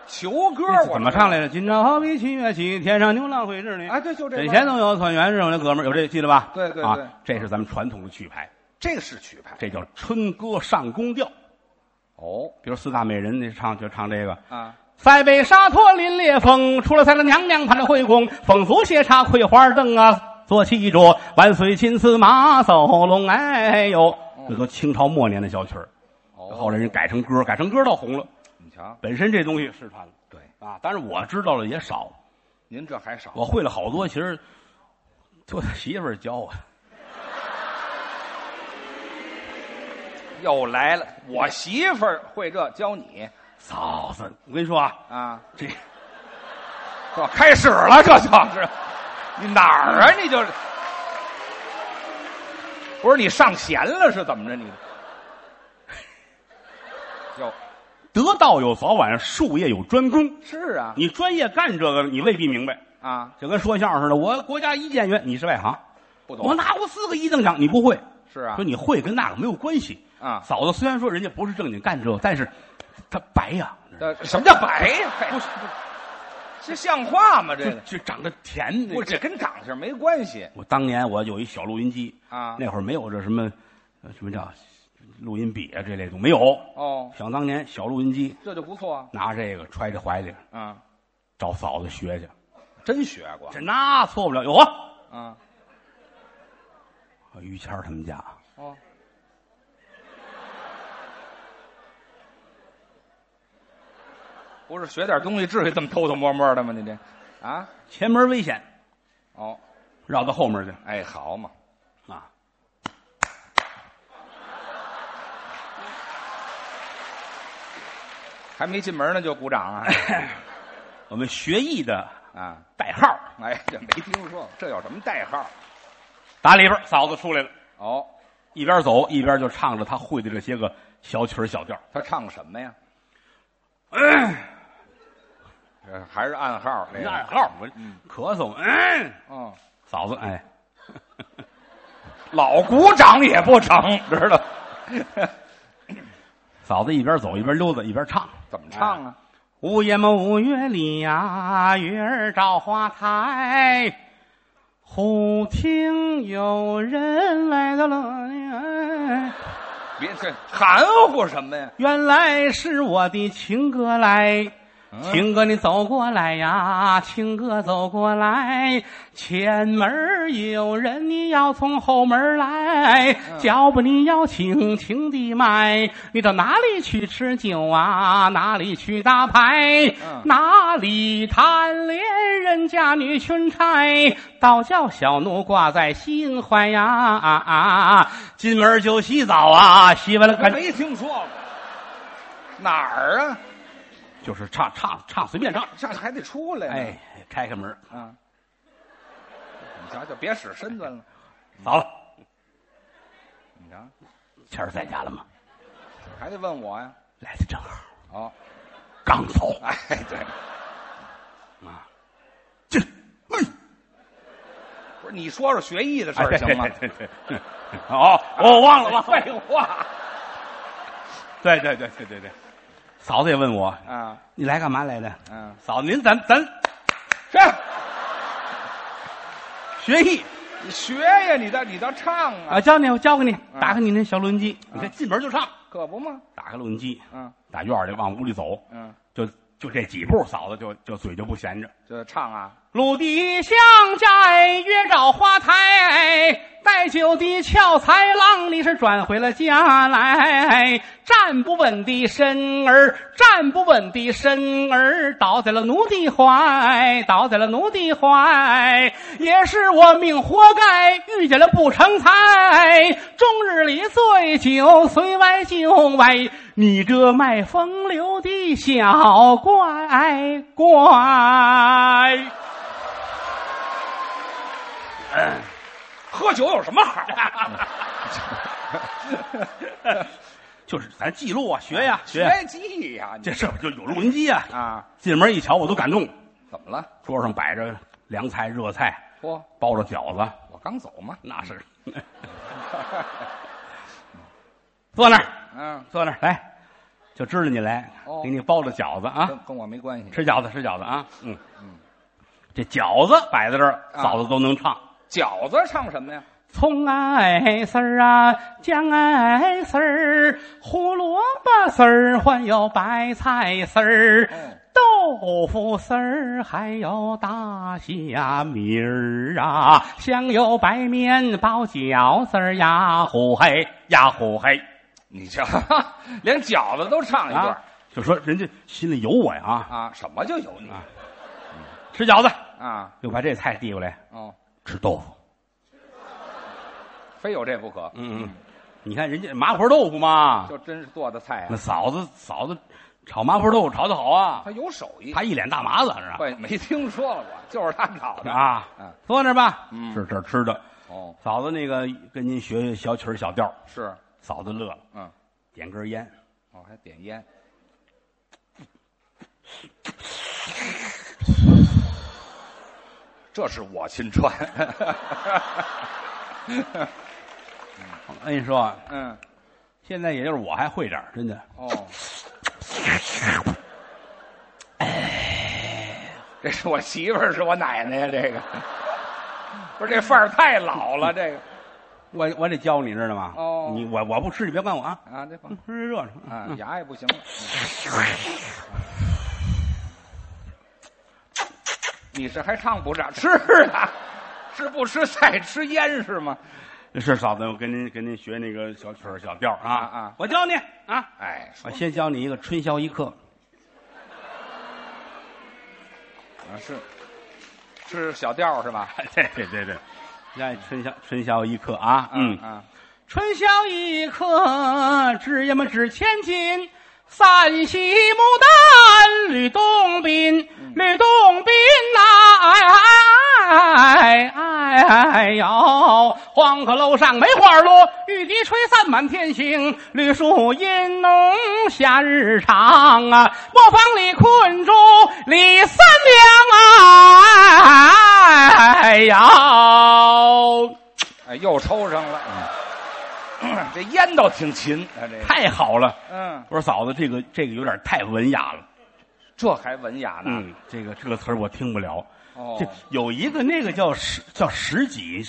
Speaker 1: 求歌
Speaker 2: 那
Speaker 1: 我
Speaker 2: 怎么唱来着？今朝好比七月起，天上牛郎会织女。
Speaker 1: 哎对就这
Speaker 2: 枕
Speaker 1: 个
Speaker 2: 前总有团圆日，我那哥们儿有这记得吧？
Speaker 1: 对对对
Speaker 2: 啊，这是咱们传统的曲牌，
Speaker 1: 这个是曲牌
Speaker 2: 这叫春歌上宫调。
Speaker 1: 哦
Speaker 2: 比如四大美人，那唱就唱这个。
Speaker 1: 啊，
Speaker 2: 塞北沙陀林烈风，出了塞了娘娘盘惠宫，凤足斜插葵花灯啊，坐骑着万岁金丝马走龙，哎呦，这都清朝末年的小曲儿，后
Speaker 1: 哦，
Speaker 2: 来人改成歌，改成歌倒红了。
Speaker 1: 你瞧，
Speaker 2: 本身这东西失传了
Speaker 1: 对，
Speaker 2: 啊，但是我知道了也少，
Speaker 1: 您这还少，
Speaker 2: 我会了好多，其实就他媳妇儿教我。
Speaker 1: 又来了，我媳妇儿会这，教你
Speaker 2: 嫂子，我跟你说啊，
Speaker 1: 啊，
Speaker 2: 这
Speaker 1: 呵，开始了，这就是，你哪儿啊？你就是，不是你上弦了是怎么着？你 <laughs> 哟，
Speaker 2: 得道有早晚，术业有专攻。
Speaker 1: 是啊
Speaker 2: 你专业干这个，你未必明白。
Speaker 1: 啊，
Speaker 2: 就跟说相声似的，我国家一检员，你是外行，
Speaker 1: 不
Speaker 2: 我
Speaker 1: 懂，
Speaker 2: 拿过四个一等奖，你不会，
Speaker 1: 是啊
Speaker 2: 说你会跟那个没有关系。
Speaker 1: 啊，
Speaker 2: 嫂子虽然说人家不是正经干这个，但是她白呀，
Speaker 1: 呃，什么叫白呀？不是，这像话吗？这
Speaker 2: 就
Speaker 1: 个
Speaker 2: 就长得甜。
Speaker 1: 不，这跟长相没关系
Speaker 2: 我当年我有一小录音机，
Speaker 1: 啊。
Speaker 2: 那会儿没有这什么，呃什么叫录音笔啊这类东西没有。
Speaker 1: 哦，
Speaker 2: 想当年小录音机，
Speaker 1: 这就不错啊。
Speaker 2: 拿这个揣着怀里，
Speaker 1: 啊，
Speaker 2: 找嫂子学去，
Speaker 1: 真学过
Speaker 2: 这那错不了。有啊，
Speaker 1: 啊。
Speaker 2: 于谦儿他们家
Speaker 1: 哦，不是学点东西，至于这么偷偷摸摸的吗？你这，啊，
Speaker 2: 前门危险，
Speaker 1: 哦，
Speaker 2: 绕到后面去
Speaker 1: 哎，好嘛，
Speaker 2: 啊。
Speaker 1: 还没进门呢就鼓掌啊
Speaker 2: 我们学艺的
Speaker 1: 啊！
Speaker 2: 代号
Speaker 1: 哎，这没听说过，这有什么代号？
Speaker 2: 打里边儿，嫂子出来了，
Speaker 1: 哦，
Speaker 2: 一边走一边就唱着她会的这些个小曲儿小调儿。
Speaker 1: 他唱什
Speaker 2: <clears throat>
Speaker 1: 么呀？这还是暗号那个
Speaker 2: 暗号，我咳嗽，嗯，
Speaker 1: 嗯，
Speaker 2: 嫂子， <laughs> 哎，
Speaker 1: 老鼓掌也不成，知道？
Speaker 2: 嫂子一边走一边溜达一边唱。
Speaker 1: 怎么唱啊？
Speaker 2: 五月么五月里呀、月儿照花台，忽听有人来到了，哎
Speaker 1: 别这含糊什么呀？
Speaker 2: 原来是我的情歌来，情哥，你走过来呀，情哥走过来，前门儿有人，你要从后门儿来，脚步你要轻轻地迈，你到哪里去吃酒啊？哪里去打牌？
Speaker 1: 嗯
Speaker 2: 哪里贪恋人家女裙钗？倒叫小奴挂在心怀呀！啊啊！进门儿就洗澡啊，洗完了赶
Speaker 1: 没听说过，哪儿啊？
Speaker 2: 就是唱唱唱，随便唱。
Speaker 1: 这还得出来呢。
Speaker 2: 哎，开开门儿，
Speaker 1: 啊，你瞧瞧，别使身段了。
Speaker 2: 糟了。
Speaker 1: 你瞧，
Speaker 2: 谦儿在家了吗？
Speaker 1: 还得问我呀？
Speaker 2: 来的正好，
Speaker 1: 哦，
Speaker 2: 刚 <laughs> 走
Speaker 1: 哎，对，
Speaker 2: 啊，进，哎，
Speaker 1: 不是你说说学艺的事儿
Speaker 2: 哎
Speaker 1: 行吗？
Speaker 2: 对对 <laughs> 对对哦，我忘了，忘
Speaker 1: 废
Speaker 2: 了。
Speaker 1: 话
Speaker 2: 对对对对对对，嫂子也问我，
Speaker 1: 啊，
Speaker 2: 你来干嘛来的？
Speaker 1: 嗯，
Speaker 2: 嫂子，您咱咱
Speaker 1: 这
Speaker 2: 学艺
Speaker 1: 你学呀，你倒你倒唱啊，
Speaker 2: 啊，教你，我教给你，
Speaker 1: 嗯
Speaker 2: 打开你那小录音机，你看进门就唱，
Speaker 1: 可不吗？
Speaker 2: 打开录音机，
Speaker 1: 嗯
Speaker 2: 打院儿里往屋里走，
Speaker 1: 嗯，
Speaker 2: 就就这几步，嫂子就就嘴就不闲着。
Speaker 1: 这唱啊，
Speaker 2: 鲁地相寨，约找花台。带酒的俏才郎，你是转回了家来，站不稳的身儿，站不稳的身儿，倒在了奴的怀，倒在了奴的怀，也是我命活该，遇见了不成才，终日里醉酒，随歪就歪，你这卖风流的小乖乖。
Speaker 1: 喝酒有什么好？啊 <laughs>
Speaker 2: <laughs> 就是咱记录啊，学呀、嗯学呀、
Speaker 1: 学技呀，你
Speaker 2: 这事儿就有录音机啊。
Speaker 1: 啊，
Speaker 2: 进门一瞧，我都感动。
Speaker 1: 怎么了？
Speaker 2: 桌上摆着凉菜、热菜，
Speaker 1: 嚯，
Speaker 2: 包着饺子，
Speaker 1: 我刚走
Speaker 2: <laughs>
Speaker 1: 嘛，
Speaker 2: 那是。坐那儿，
Speaker 1: 嗯，
Speaker 2: 坐那儿，来，就知道你来，
Speaker 1: 哦
Speaker 2: 给你包着饺子啊
Speaker 1: 跟，跟我没关系。
Speaker 2: 吃饺子，吃饺子啊，嗯这饺子摆在这儿，
Speaker 1: 啊
Speaker 2: 嫂子都能唱。
Speaker 1: 饺子唱什么呀？
Speaker 2: 葱啊，哎丝儿啊，姜啊，哎丝儿，胡萝卜丝儿，还有白菜丝儿，
Speaker 1: 哦
Speaker 2: 豆腐丝儿，还有大虾米儿啊，香油白面包饺子儿呀，虎嘿呀虎嘿
Speaker 1: 你瞧， <laughs> 连饺子都唱一段
Speaker 2: 啊
Speaker 1: 儿！
Speaker 2: 就说人家心里有我呀啊！
Speaker 1: 啊？什么就有你
Speaker 2: 啊吃饺子
Speaker 1: 啊？
Speaker 2: 又把这菜递过来，
Speaker 1: 哦，
Speaker 2: 吃豆腐。
Speaker 1: 非有这不可，
Speaker 2: 嗯嗯，你看人家麻婆豆腐嘛，
Speaker 1: 就真是做的菜
Speaker 2: 那
Speaker 1: 啊，
Speaker 2: 嫂子嫂子炒麻婆豆腐炒的好啊。
Speaker 1: 他有手艺。
Speaker 2: 他一脸大麻子是吧？
Speaker 1: 喂，没听说过，就是他搞的。
Speaker 2: 啊
Speaker 1: 嗯，
Speaker 2: 坐那儿吧，
Speaker 1: 嗯
Speaker 2: 是这儿吃的。
Speaker 1: 哦，
Speaker 2: 嫂子，那个跟您学学小曲儿小调儿。
Speaker 1: 是，
Speaker 2: 嫂子乐了，
Speaker 1: 嗯，
Speaker 2: 点根烟，
Speaker 1: 哦，还点
Speaker 2: <laughs>
Speaker 1: 烟，这是我亲穿。 <laughs>
Speaker 2: 我跟你说，
Speaker 1: 嗯，
Speaker 2: 现在也就是我还会点儿真的。
Speaker 1: 哦，哎这是我媳妇儿，是我奶奶呀，这个。不是这范儿太老了，这个
Speaker 2: 我我得教你知道吗？
Speaker 1: 哦
Speaker 2: 你我我不吃，你别管我啊。
Speaker 1: 啊，这放
Speaker 2: 嗯吃热热
Speaker 1: 啊
Speaker 2: 嗯，
Speaker 1: 牙也不行了。你是还唱不唱？吃啊，吃不吃菜吃烟是吗？
Speaker 2: 嗯是嫂子，我跟您跟您学那个小曲儿小调儿啊
Speaker 1: 啊啊
Speaker 2: 我教你啊，
Speaker 1: 哎，
Speaker 2: 我
Speaker 1: 说
Speaker 2: 先教你一个《春宵一刻
Speaker 1: 啊是是小调是吧？》。
Speaker 2: 对对对对， <laughs> 来春宵春宵一刻啊，嗯。
Speaker 1: 啊，
Speaker 2: 春宵一刻，值呀么值千金。山西牡丹吕洞宾，吕洞宾呐、哎哎哎哎呦！黄鹤楼上梅花落，玉笛吹散满天星。绿树阴浓夏日长啊，磨坊里困住李三娘啊！哎呦！
Speaker 1: 哎又抽上了。嗯这烟倒挺勤啊，这个
Speaker 2: 太好了！
Speaker 1: 嗯，
Speaker 2: 我说嫂子，这个这个有点太文雅了。
Speaker 1: 这还文雅呢。
Speaker 2: 嗯，这个这个词儿我听不了。
Speaker 1: 哦
Speaker 2: 这，有一个那个叫十叫十几，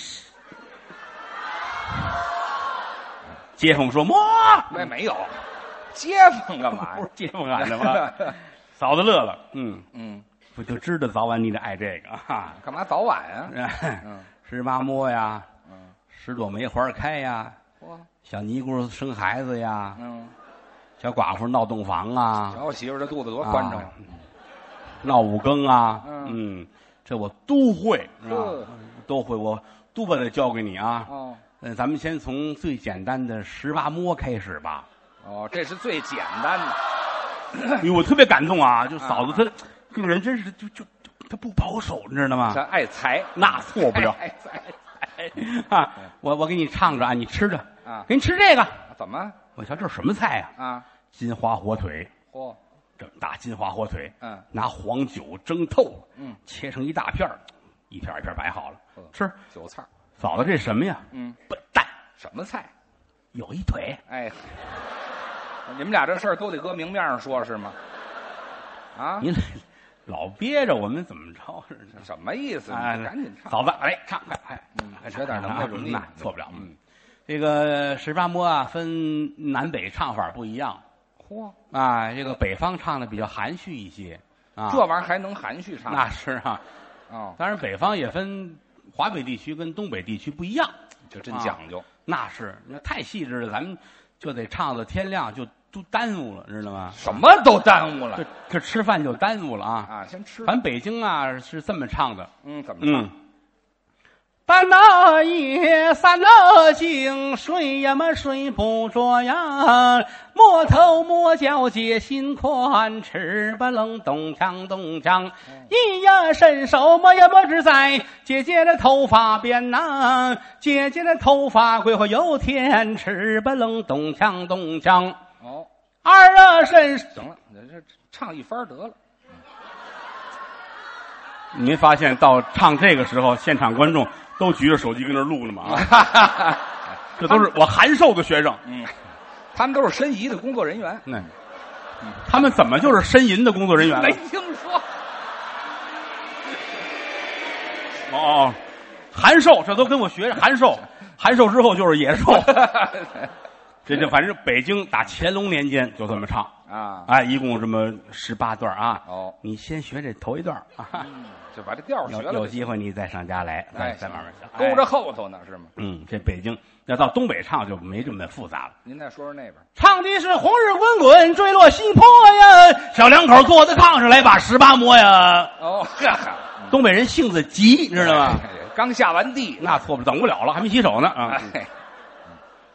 Speaker 2: 街坊说摸，
Speaker 1: 没没有，街坊干嘛
Speaker 2: 不
Speaker 1: 呀 <laughs>
Speaker 2: <laughs> 是？街坊喊的吗？嫂子乐了，嗯，
Speaker 1: 嗯，
Speaker 2: 我就知道早晚你得爱这个啊。 <laughs>
Speaker 1: 干嘛早晚啊？嗯
Speaker 2: 十八摸呀，
Speaker 1: 嗯，
Speaker 2: 十朵梅花开呀，
Speaker 1: 嚯，
Speaker 2: 小尼姑生孩子呀，
Speaker 1: 嗯，
Speaker 2: 小寡妇闹洞房啊，
Speaker 1: 瞧我媳妇儿这肚子多宽
Speaker 2: 啊
Speaker 1: 敞，
Speaker 2: 闹五更啊，
Speaker 1: 嗯
Speaker 2: 嗯，这我都会，是
Speaker 1: 呵
Speaker 2: 吧？都会，我都把它交给你啊。
Speaker 1: 哦
Speaker 2: 嗯，咱们先从最简单的十八摸开始
Speaker 1: <laughs>
Speaker 2: 吧。
Speaker 1: 哦，这是最简单的，
Speaker 2: 哎呦，我特别感动啊！就嫂子
Speaker 1: 啊
Speaker 2: 她，这个人真是就就就她不保守，你知道吗
Speaker 1: 咱？爱财，
Speaker 2: 啊
Speaker 1: 嗯
Speaker 2: 那
Speaker 1: <laughs>
Speaker 2: 错不了
Speaker 1: 爱财
Speaker 2: 啊！我我给你唱着啊，你吃着
Speaker 1: 啊
Speaker 2: 给你吃这个。
Speaker 1: 怎么
Speaker 2: 我瞧这是什么菜呀、
Speaker 1: 啊？
Speaker 2: 金华火腿，
Speaker 1: 嚯，
Speaker 2: 这么大金华火腿，
Speaker 1: 嗯
Speaker 2: 拿黄酒蒸透了，
Speaker 1: 嗯，
Speaker 2: 切成一大片儿一片儿一片儿摆好了
Speaker 1: 嗯，
Speaker 2: 吃。
Speaker 1: 韭菜儿，
Speaker 2: 嫂子，这什么呀？
Speaker 1: 嗯，
Speaker 2: 笨蛋，
Speaker 1: 什么菜？
Speaker 2: 有一腿。
Speaker 1: 哎，你们俩这事儿都得搁明面上说是吗？啊，
Speaker 2: 您老憋着我们怎么着似的？
Speaker 1: 什么意思？
Speaker 2: 哎
Speaker 1: 你赶紧唱，
Speaker 2: 嫂子，来唱，快快，快
Speaker 1: 学点
Speaker 2: 唱
Speaker 1: 能耐容易
Speaker 2: 那错不了。嗯，这个十八摸啊，分南北唱法不一样
Speaker 1: 嚯，
Speaker 2: 啊。这个北方唱的比较含蓄一些啊，
Speaker 1: 这玩意儿还能含蓄唱？
Speaker 2: 那是啊。
Speaker 1: 哦，
Speaker 2: 当然，北方也分华北地区跟东北地区不一样，
Speaker 1: 就真讲究。
Speaker 2: 那是那太细致了，咱们就得唱到天亮，就都耽误了，知道吗？
Speaker 1: 什么都耽误了
Speaker 2: 这这吃饭就耽误了啊。
Speaker 1: 啊！先吃，
Speaker 2: 咱北京啊是这么唱的，
Speaker 1: 嗯，怎么唱？
Speaker 2: 嗯。半了夜，三了井，睡呀么睡不着呀，摸头摸脚解心宽，吃吧冷咚锵咚锵，一呀伸手摸呀摸只在姐姐的头发边呐，姐姐的头发归回油田，吃吧冷咚锵咚锵，
Speaker 1: 哦，
Speaker 2: 二啊伸，
Speaker 1: 行了，你这唱一番 <laughs> 得了。
Speaker 2: 你没发现到唱这个时候，现场观众都举着手机跟那录呢吗？
Speaker 1: <laughs>
Speaker 2: 这都是我函授的学生。
Speaker 1: 嗯，他们都是申遗的工作人员，
Speaker 2: 那、他们怎么就是呻吟的工作人员了
Speaker 1: 没？听 <laughs> 说。
Speaker 2: 哦哦，函授，这都跟我学函授，
Speaker 1: <laughs>
Speaker 2: 函授之后就是野兽。这这反正北京打乾隆年间就这么唱，
Speaker 1: 啊，
Speaker 2: 哎，一共这么十八段啊。
Speaker 1: 哦嗯
Speaker 2: 你先学这头一段啊，
Speaker 1: <laughs> 就把这调儿学
Speaker 2: 有
Speaker 1: 了
Speaker 2: 有
Speaker 1: 就行，
Speaker 2: 机会你再上家来，
Speaker 1: 哎
Speaker 2: 咱，再慢慢想。
Speaker 1: 勾着
Speaker 2: 哎，
Speaker 1: 后头呢是吗？
Speaker 2: 嗯，这北京要到东北唱就没这么复杂了。
Speaker 1: 您再说说那边，
Speaker 2: 唱的是红日滚滚坠落西坡呀，小两口坐在炕上来把十八摸呀。
Speaker 1: 哦，呵呵，
Speaker 2: 东北人性子急，知道吗？
Speaker 1: 哎？刚下完地，
Speaker 2: 那错不了等不了了，还没洗手呢啊！
Speaker 1: 哎，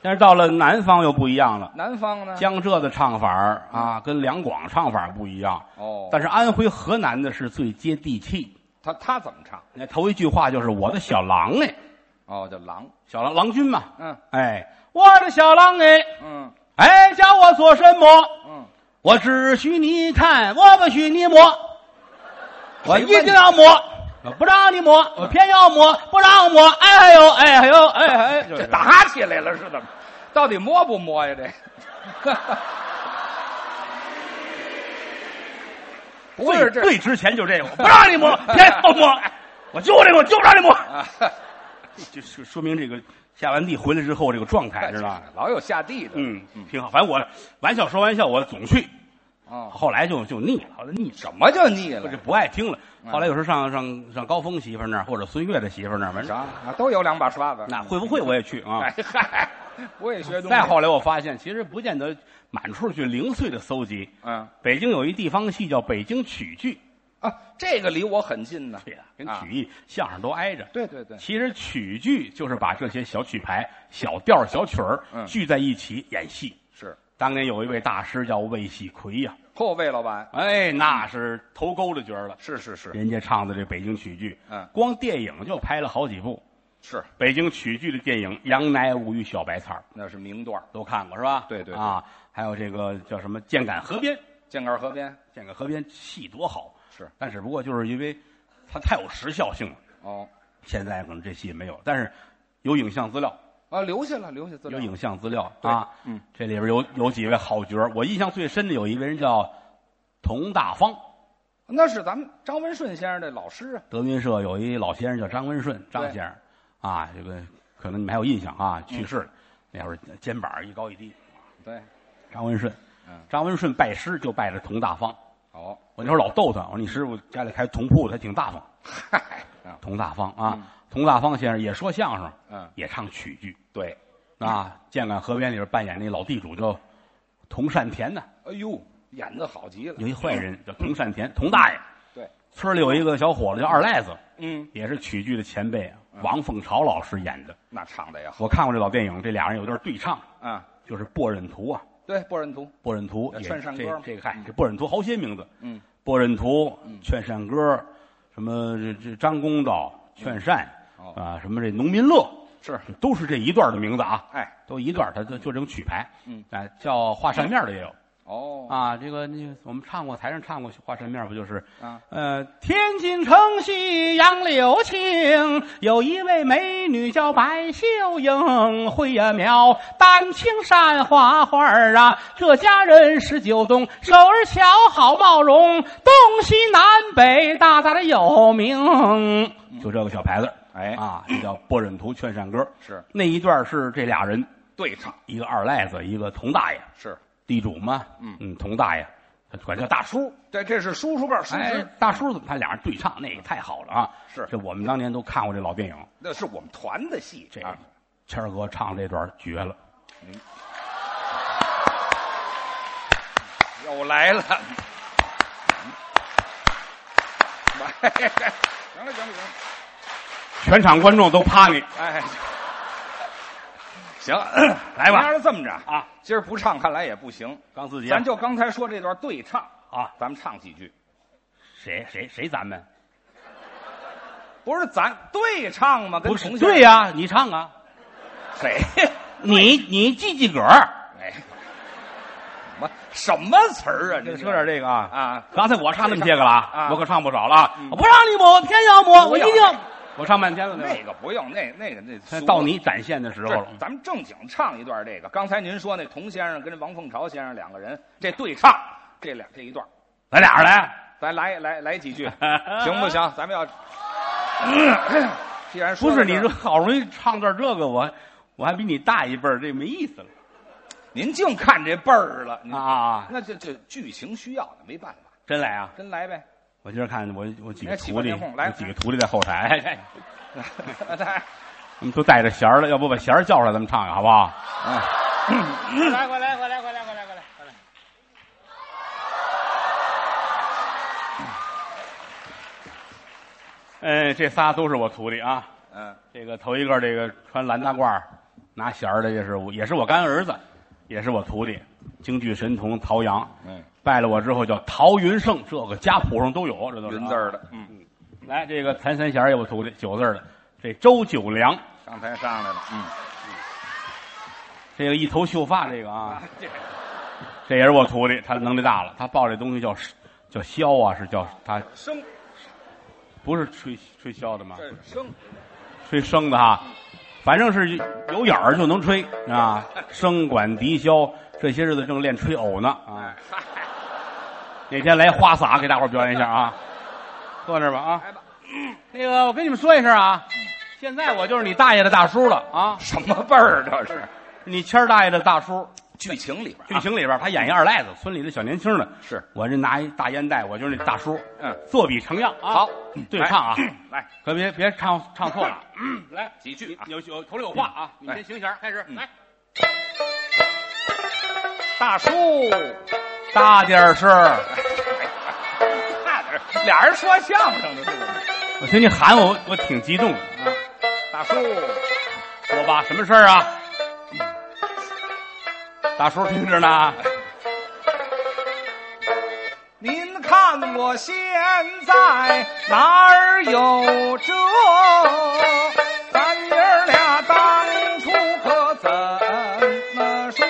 Speaker 2: 但是到了南方又不一样了，
Speaker 1: 南方呢？
Speaker 2: 江浙的唱法儿啊，跟两广唱法儿不一样。
Speaker 1: 哦，
Speaker 2: 但是安徽、河南的是最接地气。
Speaker 1: 他他怎么唱？
Speaker 2: 那头一句话就是我的小郎哎，
Speaker 1: 哦，叫狼，
Speaker 2: 小郎郎君嘛，
Speaker 1: 嗯
Speaker 2: 哎，我的小郎哎，
Speaker 1: 嗯
Speaker 2: 哎，叫我做什么？
Speaker 1: 嗯，
Speaker 2: 我只许你看，我不许你摸，我一
Speaker 1: 谁问
Speaker 2: 定要摸，我不让你摸，我偏要摸，不让摸，哎呦，哎呦，哎哎，就
Speaker 1: 这
Speaker 2: 是
Speaker 1: 打起来了是怎么？到底摸不摸呀？这，不是
Speaker 2: 最
Speaker 1: 这
Speaker 2: 最值钱就这个，我不让你 <laughs> 摸，偏要摸，我就这个，我就不让你摸。
Speaker 1: 啊，
Speaker 2: 就是说明这个下完地回来之后这个状态，哎知道吧？
Speaker 1: <laughs> 老有下地的，
Speaker 2: 嗯，挺好。反正我玩笑说玩笑，我总去，
Speaker 1: 哦，
Speaker 2: 后来就就腻了，后来腻
Speaker 1: 什么叫腻
Speaker 2: 了，就
Speaker 1: 了？
Speaker 2: 不爱听了。后来有时候上上上高峰媳妇儿那儿，或者孙越的媳妇儿那儿，反
Speaker 1: 啥
Speaker 2: 正
Speaker 1: 啊？都有两把刷子。嗯
Speaker 2: 那会不会我也去啊？
Speaker 1: <laughs> 哎嗨，我也学东西。
Speaker 2: 再后来我发现，其实不见得满处去零碎的搜集。
Speaker 1: 嗯
Speaker 2: 北京有一地方戏叫北京曲剧，
Speaker 1: 啊，这个离我很近
Speaker 2: <laughs>
Speaker 1: 呢。
Speaker 2: 对呀，跟
Speaker 1: 啊
Speaker 2: 曲艺、相声都挨着。
Speaker 1: 对对对，
Speaker 2: 其实曲剧就是把这些小曲牌、小调儿、小曲儿
Speaker 1: 嗯
Speaker 2: 聚在一起演戏。
Speaker 1: 是
Speaker 2: 当年有一位大师叫魏喜奎呀、
Speaker 1: 后魏老板，
Speaker 2: 哎，那是头钩的角儿了。
Speaker 1: 是是是
Speaker 2: 人家唱的这北京曲剧，
Speaker 1: 嗯
Speaker 2: 光电影就拍了好几部
Speaker 1: 是，
Speaker 2: 北京曲剧的电影，《杨乃武与小白菜儿》
Speaker 1: 那是名段儿。
Speaker 2: 都看过是吧？
Speaker 1: 对对对
Speaker 2: 啊，还有这个叫什么《箭杆河边》，《
Speaker 1: 剑杆河边
Speaker 2: 箭杆河边》戏多好，
Speaker 1: 是
Speaker 2: 但只不过就是因为它太有时效性了，
Speaker 1: 哦
Speaker 2: 现在可能这戏没有，但是有影像资料，
Speaker 1: 啊，留下了留下资
Speaker 2: 有
Speaker 1: 料。
Speaker 2: 影像资料
Speaker 1: 对
Speaker 2: 啊，
Speaker 1: 嗯，
Speaker 2: 这里边有有几位好角儿，我印象最深的有一位人叫佟大方，
Speaker 1: 那是咱们张文顺先生的老师啊。
Speaker 2: 德云社有一老先生叫张文顺，张先生，啊，这个可能你们还有印象
Speaker 1: 嗯
Speaker 2: 啊，去世了，那会儿肩膀一高一低，
Speaker 1: 对，
Speaker 2: 张文顺
Speaker 1: 嗯，
Speaker 2: 张文顺拜师就拜了佟大方，
Speaker 1: 哦，
Speaker 2: 我那时候老逗他，我说你师傅家里开铜铺，他挺大方，
Speaker 1: 嗨，啊，
Speaker 2: 佟大方啊，佟大方先生也说相声，
Speaker 1: 嗯，
Speaker 2: 也唱曲剧
Speaker 1: 对，嗯
Speaker 2: 啊。建港河边里边扮演那老地主叫佟善田呢，
Speaker 1: 哎呦，演的好极了。
Speaker 2: 有一坏人叫佟善田，佟大爷。
Speaker 1: 嗯对，
Speaker 2: 村里有一个小伙子叫二赖子，
Speaker 1: 嗯，
Speaker 2: 也是曲剧的前辈啊，王凤朝老师演的。
Speaker 1: 那唱的也好
Speaker 2: 我看过这老电影，这俩人有段对唱，
Speaker 1: 啊。
Speaker 2: 就是《波忍图》啊，
Speaker 1: 对，《波人图》
Speaker 2: 《波忍图》
Speaker 1: 那
Speaker 2: 也
Speaker 1: 劝善歌
Speaker 2: 这
Speaker 1: 嘛
Speaker 2: 这个嗨，这《波忍图》好些名字，
Speaker 1: 嗯，
Speaker 2: 波忍图、劝善歌，什么这这张公道、劝善
Speaker 1: 哦
Speaker 2: 啊，什么这农民乐，
Speaker 1: 是，
Speaker 2: 都是这一段的名字啊，
Speaker 1: 哎，
Speaker 2: 都一段，它就就这种曲牌，
Speaker 1: 嗯，
Speaker 2: 哎，叫画扇面的也有
Speaker 1: 哦，
Speaker 2: 啊，这个那个我们唱过，台上唱过画扇面，不就是
Speaker 1: 啊，
Speaker 2: 呃，天津城西杨柳青，有一位美女叫白秀英，会呀描丹青山花花儿啊。这家人十九冬，手儿巧好貌容，东西南北大大的有名。就这个小牌子，
Speaker 1: 嗯哎，
Speaker 2: 啊，这叫《波忍图劝善歌》。
Speaker 1: 是
Speaker 2: 那一段是这俩人，
Speaker 1: 对唱，
Speaker 2: 一个二赖子，一个佟大爷，
Speaker 1: 是，
Speaker 2: 地主嘛，
Speaker 1: 嗯
Speaker 2: 嗯，佟大爷，他管叫大叔。
Speaker 1: 对，这是叔叔辈儿叔
Speaker 2: 哎
Speaker 1: 侄，，
Speaker 2: 大叔，他俩人对唱，那也太好了啊！
Speaker 1: 是
Speaker 2: 这我们当年都看过这老电影，
Speaker 1: 那是我们团的戏，
Speaker 2: 这
Speaker 1: 啊
Speaker 2: 谦儿哥唱这段绝了，
Speaker 1: 又来了。哎行了行了行了，
Speaker 2: 全场观众都趴你
Speaker 1: 哎，行， <clears throat>
Speaker 2: 来吧
Speaker 1: 明儿这么着，
Speaker 2: 啊！
Speaker 1: 今儿不唱看来也不行，
Speaker 2: 刚自己
Speaker 1: 咱就刚才说这段对唱，
Speaker 2: 啊，
Speaker 1: 咱们唱几句，
Speaker 2: 谁谁谁咱们
Speaker 1: 不是咱对唱吗？跟
Speaker 2: 不
Speaker 1: 同
Speaker 2: 是
Speaker 1: 学
Speaker 2: 对呀、你唱啊，
Speaker 1: 谁？
Speaker 2: 你你记记个儿，
Speaker 1: <laughs> 哎，什么什么词儿啊？
Speaker 2: 你
Speaker 1: 您
Speaker 2: 说点这个啊
Speaker 1: 啊？
Speaker 2: 刚才我唱那么些个了啊
Speaker 1: 啊
Speaker 2: 我可唱不少了啊！
Speaker 1: 嗯
Speaker 2: 我不让你抹，我偏要抹，
Speaker 1: 不
Speaker 2: 我一
Speaker 1: 要
Speaker 2: 定，我唱半天了，
Speaker 1: 那
Speaker 2: 对
Speaker 1: 个
Speaker 2: 吧
Speaker 1: 不用，那那个那俗了
Speaker 2: 到你展现的时候
Speaker 1: 这
Speaker 2: 了，
Speaker 1: 咱们正经唱一段这个。刚才您说那童先生跟王凤朝先生两个人这对唱，这两这一段，
Speaker 2: 咱俩人来，
Speaker 1: 咱来来来几
Speaker 2: <laughs>
Speaker 1: 句，行不行？咱们要， <clears throat> 既然说
Speaker 2: 不
Speaker 1: 到
Speaker 2: 是
Speaker 1: 这
Speaker 2: 你
Speaker 1: 儿
Speaker 2: 说好容易唱段这个，我我还比你大一辈儿，这没意思了。
Speaker 1: 您净看这辈儿了，您
Speaker 2: 啊，
Speaker 1: 那这这剧情需要的没办法，
Speaker 2: 真来啊！
Speaker 1: 真
Speaker 2: <laughs>
Speaker 1: 来呗。 <laughs>
Speaker 2: 我今儿看我我几个
Speaker 1: 哎起
Speaker 2: 徒
Speaker 1: 欢
Speaker 2: 弟，
Speaker 1: 迎哄来
Speaker 2: 有几个徒弟在后台，哎 <laughs> 哎，
Speaker 1: 来，
Speaker 2: 我们都带着弦儿了，要不把弦儿叫出来，咱们唱一个好不好？
Speaker 1: 啊
Speaker 3: 快来快来快来快来快来快来快来！
Speaker 2: 嗯，这仨都是我徒弟啊。
Speaker 1: 嗯，
Speaker 2: 这个头一个，这个穿蓝大褂儿拿弦儿的，这是我，也是我干儿子，也是我徒弟，京剧神童陶阳。
Speaker 1: 嗯，
Speaker 2: 拜了我之后叫陶云胜，这个家谱上都有，这都是啊
Speaker 1: 云字儿。的，嗯，
Speaker 2: 来，这个谭三弦儿也我徒弟，九字儿的，这周九良，
Speaker 1: 刚才上来了，嗯，
Speaker 2: 这个一头秀发，这个啊
Speaker 1: 啊，，这
Speaker 2: 这也是我徒弟，他能力大了，他抱这东西叫叫箫啊，是叫他
Speaker 1: 生
Speaker 2: 不是吹吹箫的吗？
Speaker 1: 这生
Speaker 2: 吹笙的哈，反正是有眼儿就能吹 <laughs> 啊。笙管笛箫，这些日子正练吹偶呢啊。哪天来花洒给大伙儿表演一下啊，坐那儿吧啊。
Speaker 1: 来吧，
Speaker 2: 那个，我跟你们说一声啊，现在我就是你大爷的大叔了啊，
Speaker 1: 什么辈儿这 <laughs> 是？
Speaker 2: 你谦儿大爷的大叔。
Speaker 1: 剧情里边啊
Speaker 2: 剧情里边儿他演一二赖子，村里的小年轻的，
Speaker 1: 是，
Speaker 2: 我这拿一大烟袋，我就是那大叔，
Speaker 1: 嗯，
Speaker 2: 作笔成样啊。
Speaker 1: 好，
Speaker 2: <clears throat> 对唱啊， <clears throat>
Speaker 1: 来
Speaker 2: 可别别唱唱错了。
Speaker 1: 来几句啊，嗯
Speaker 2: <clears throat>
Speaker 1: 哎
Speaker 2: 有有头里有话啊，你
Speaker 1: 们
Speaker 2: 们
Speaker 1: 先
Speaker 2: 先行弦，开始来。
Speaker 1: 大叔，
Speaker 2: 大点儿声儿，
Speaker 1: 差点儿俩人说相声的是不是？
Speaker 2: 我听你喊我，我挺激动的。
Speaker 1: 大叔，
Speaker 2: 说吧，什么事儿啊？大叔听着呢，
Speaker 1: 您看我现在哪儿有这？咱爷儿俩当初可怎么说？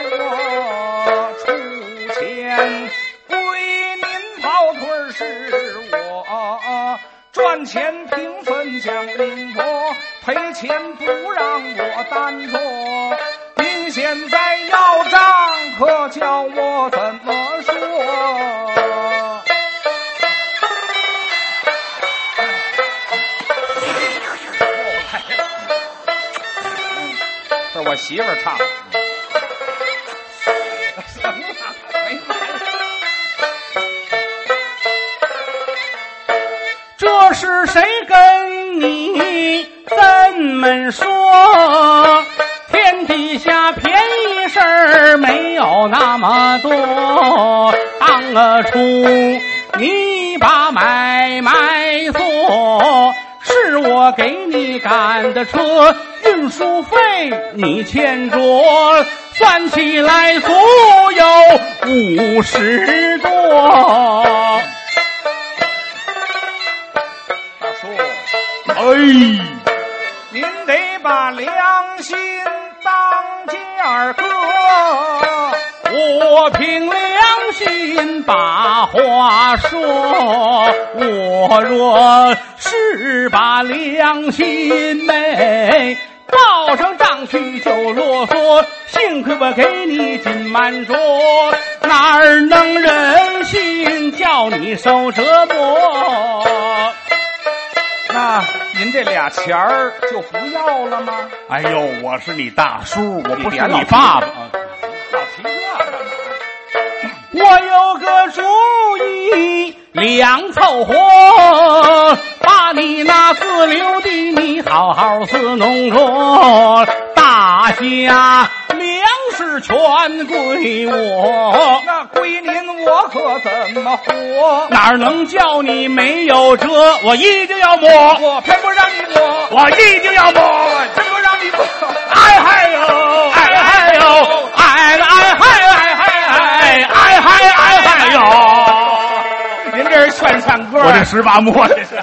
Speaker 1: 出钱归您跑腿儿是我。啊赚钱平分享公婆，赔钱不让我担着。您现在要账，可叫我怎么说？哎这是我媳妇儿唱的。什么？没
Speaker 2: 这是谁跟你怎么说？天底下便宜事儿没有那么多，当得出你把买卖做，是我给你赶的车，运输费你欠着，算起来足有五十多。
Speaker 1: 大叔，
Speaker 2: 哎。
Speaker 1: 您得把良心当家搁。
Speaker 2: 我凭良心把话说，我若是把良心昧，报上账去就啰嗦。幸亏我给你紧瞒着，哪儿能忍心叫你受折磨？
Speaker 1: 那您这俩钱儿就不要了吗？
Speaker 2: 哎呦，我是你大叔，我
Speaker 1: 不是你爸爸老
Speaker 2: 爸。
Speaker 1: 提这干嘛？
Speaker 2: 我有个主意，两凑合，把你那自留地，你好好自弄着，大家粮食全归我。
Speaker 1: 那归您，我可怎么活？
Speaker 2: 哪儿能叫你没有辙？我一定要摸，
Speaker 1: 我偏不让你摸，
Speaker 2: 我一定要摸！
Speaker 1: 我真不让你摸。
Speaker 2: 哎嗨哟，哎嗨哟，哎了哎嗨哎嗨哎哎嗨哎嗨哟！
Speaker 1: 您这是劝唱歌
Speaker 2: 我
Speaker 1: 啊
Speaker 2: 这十八摸这是。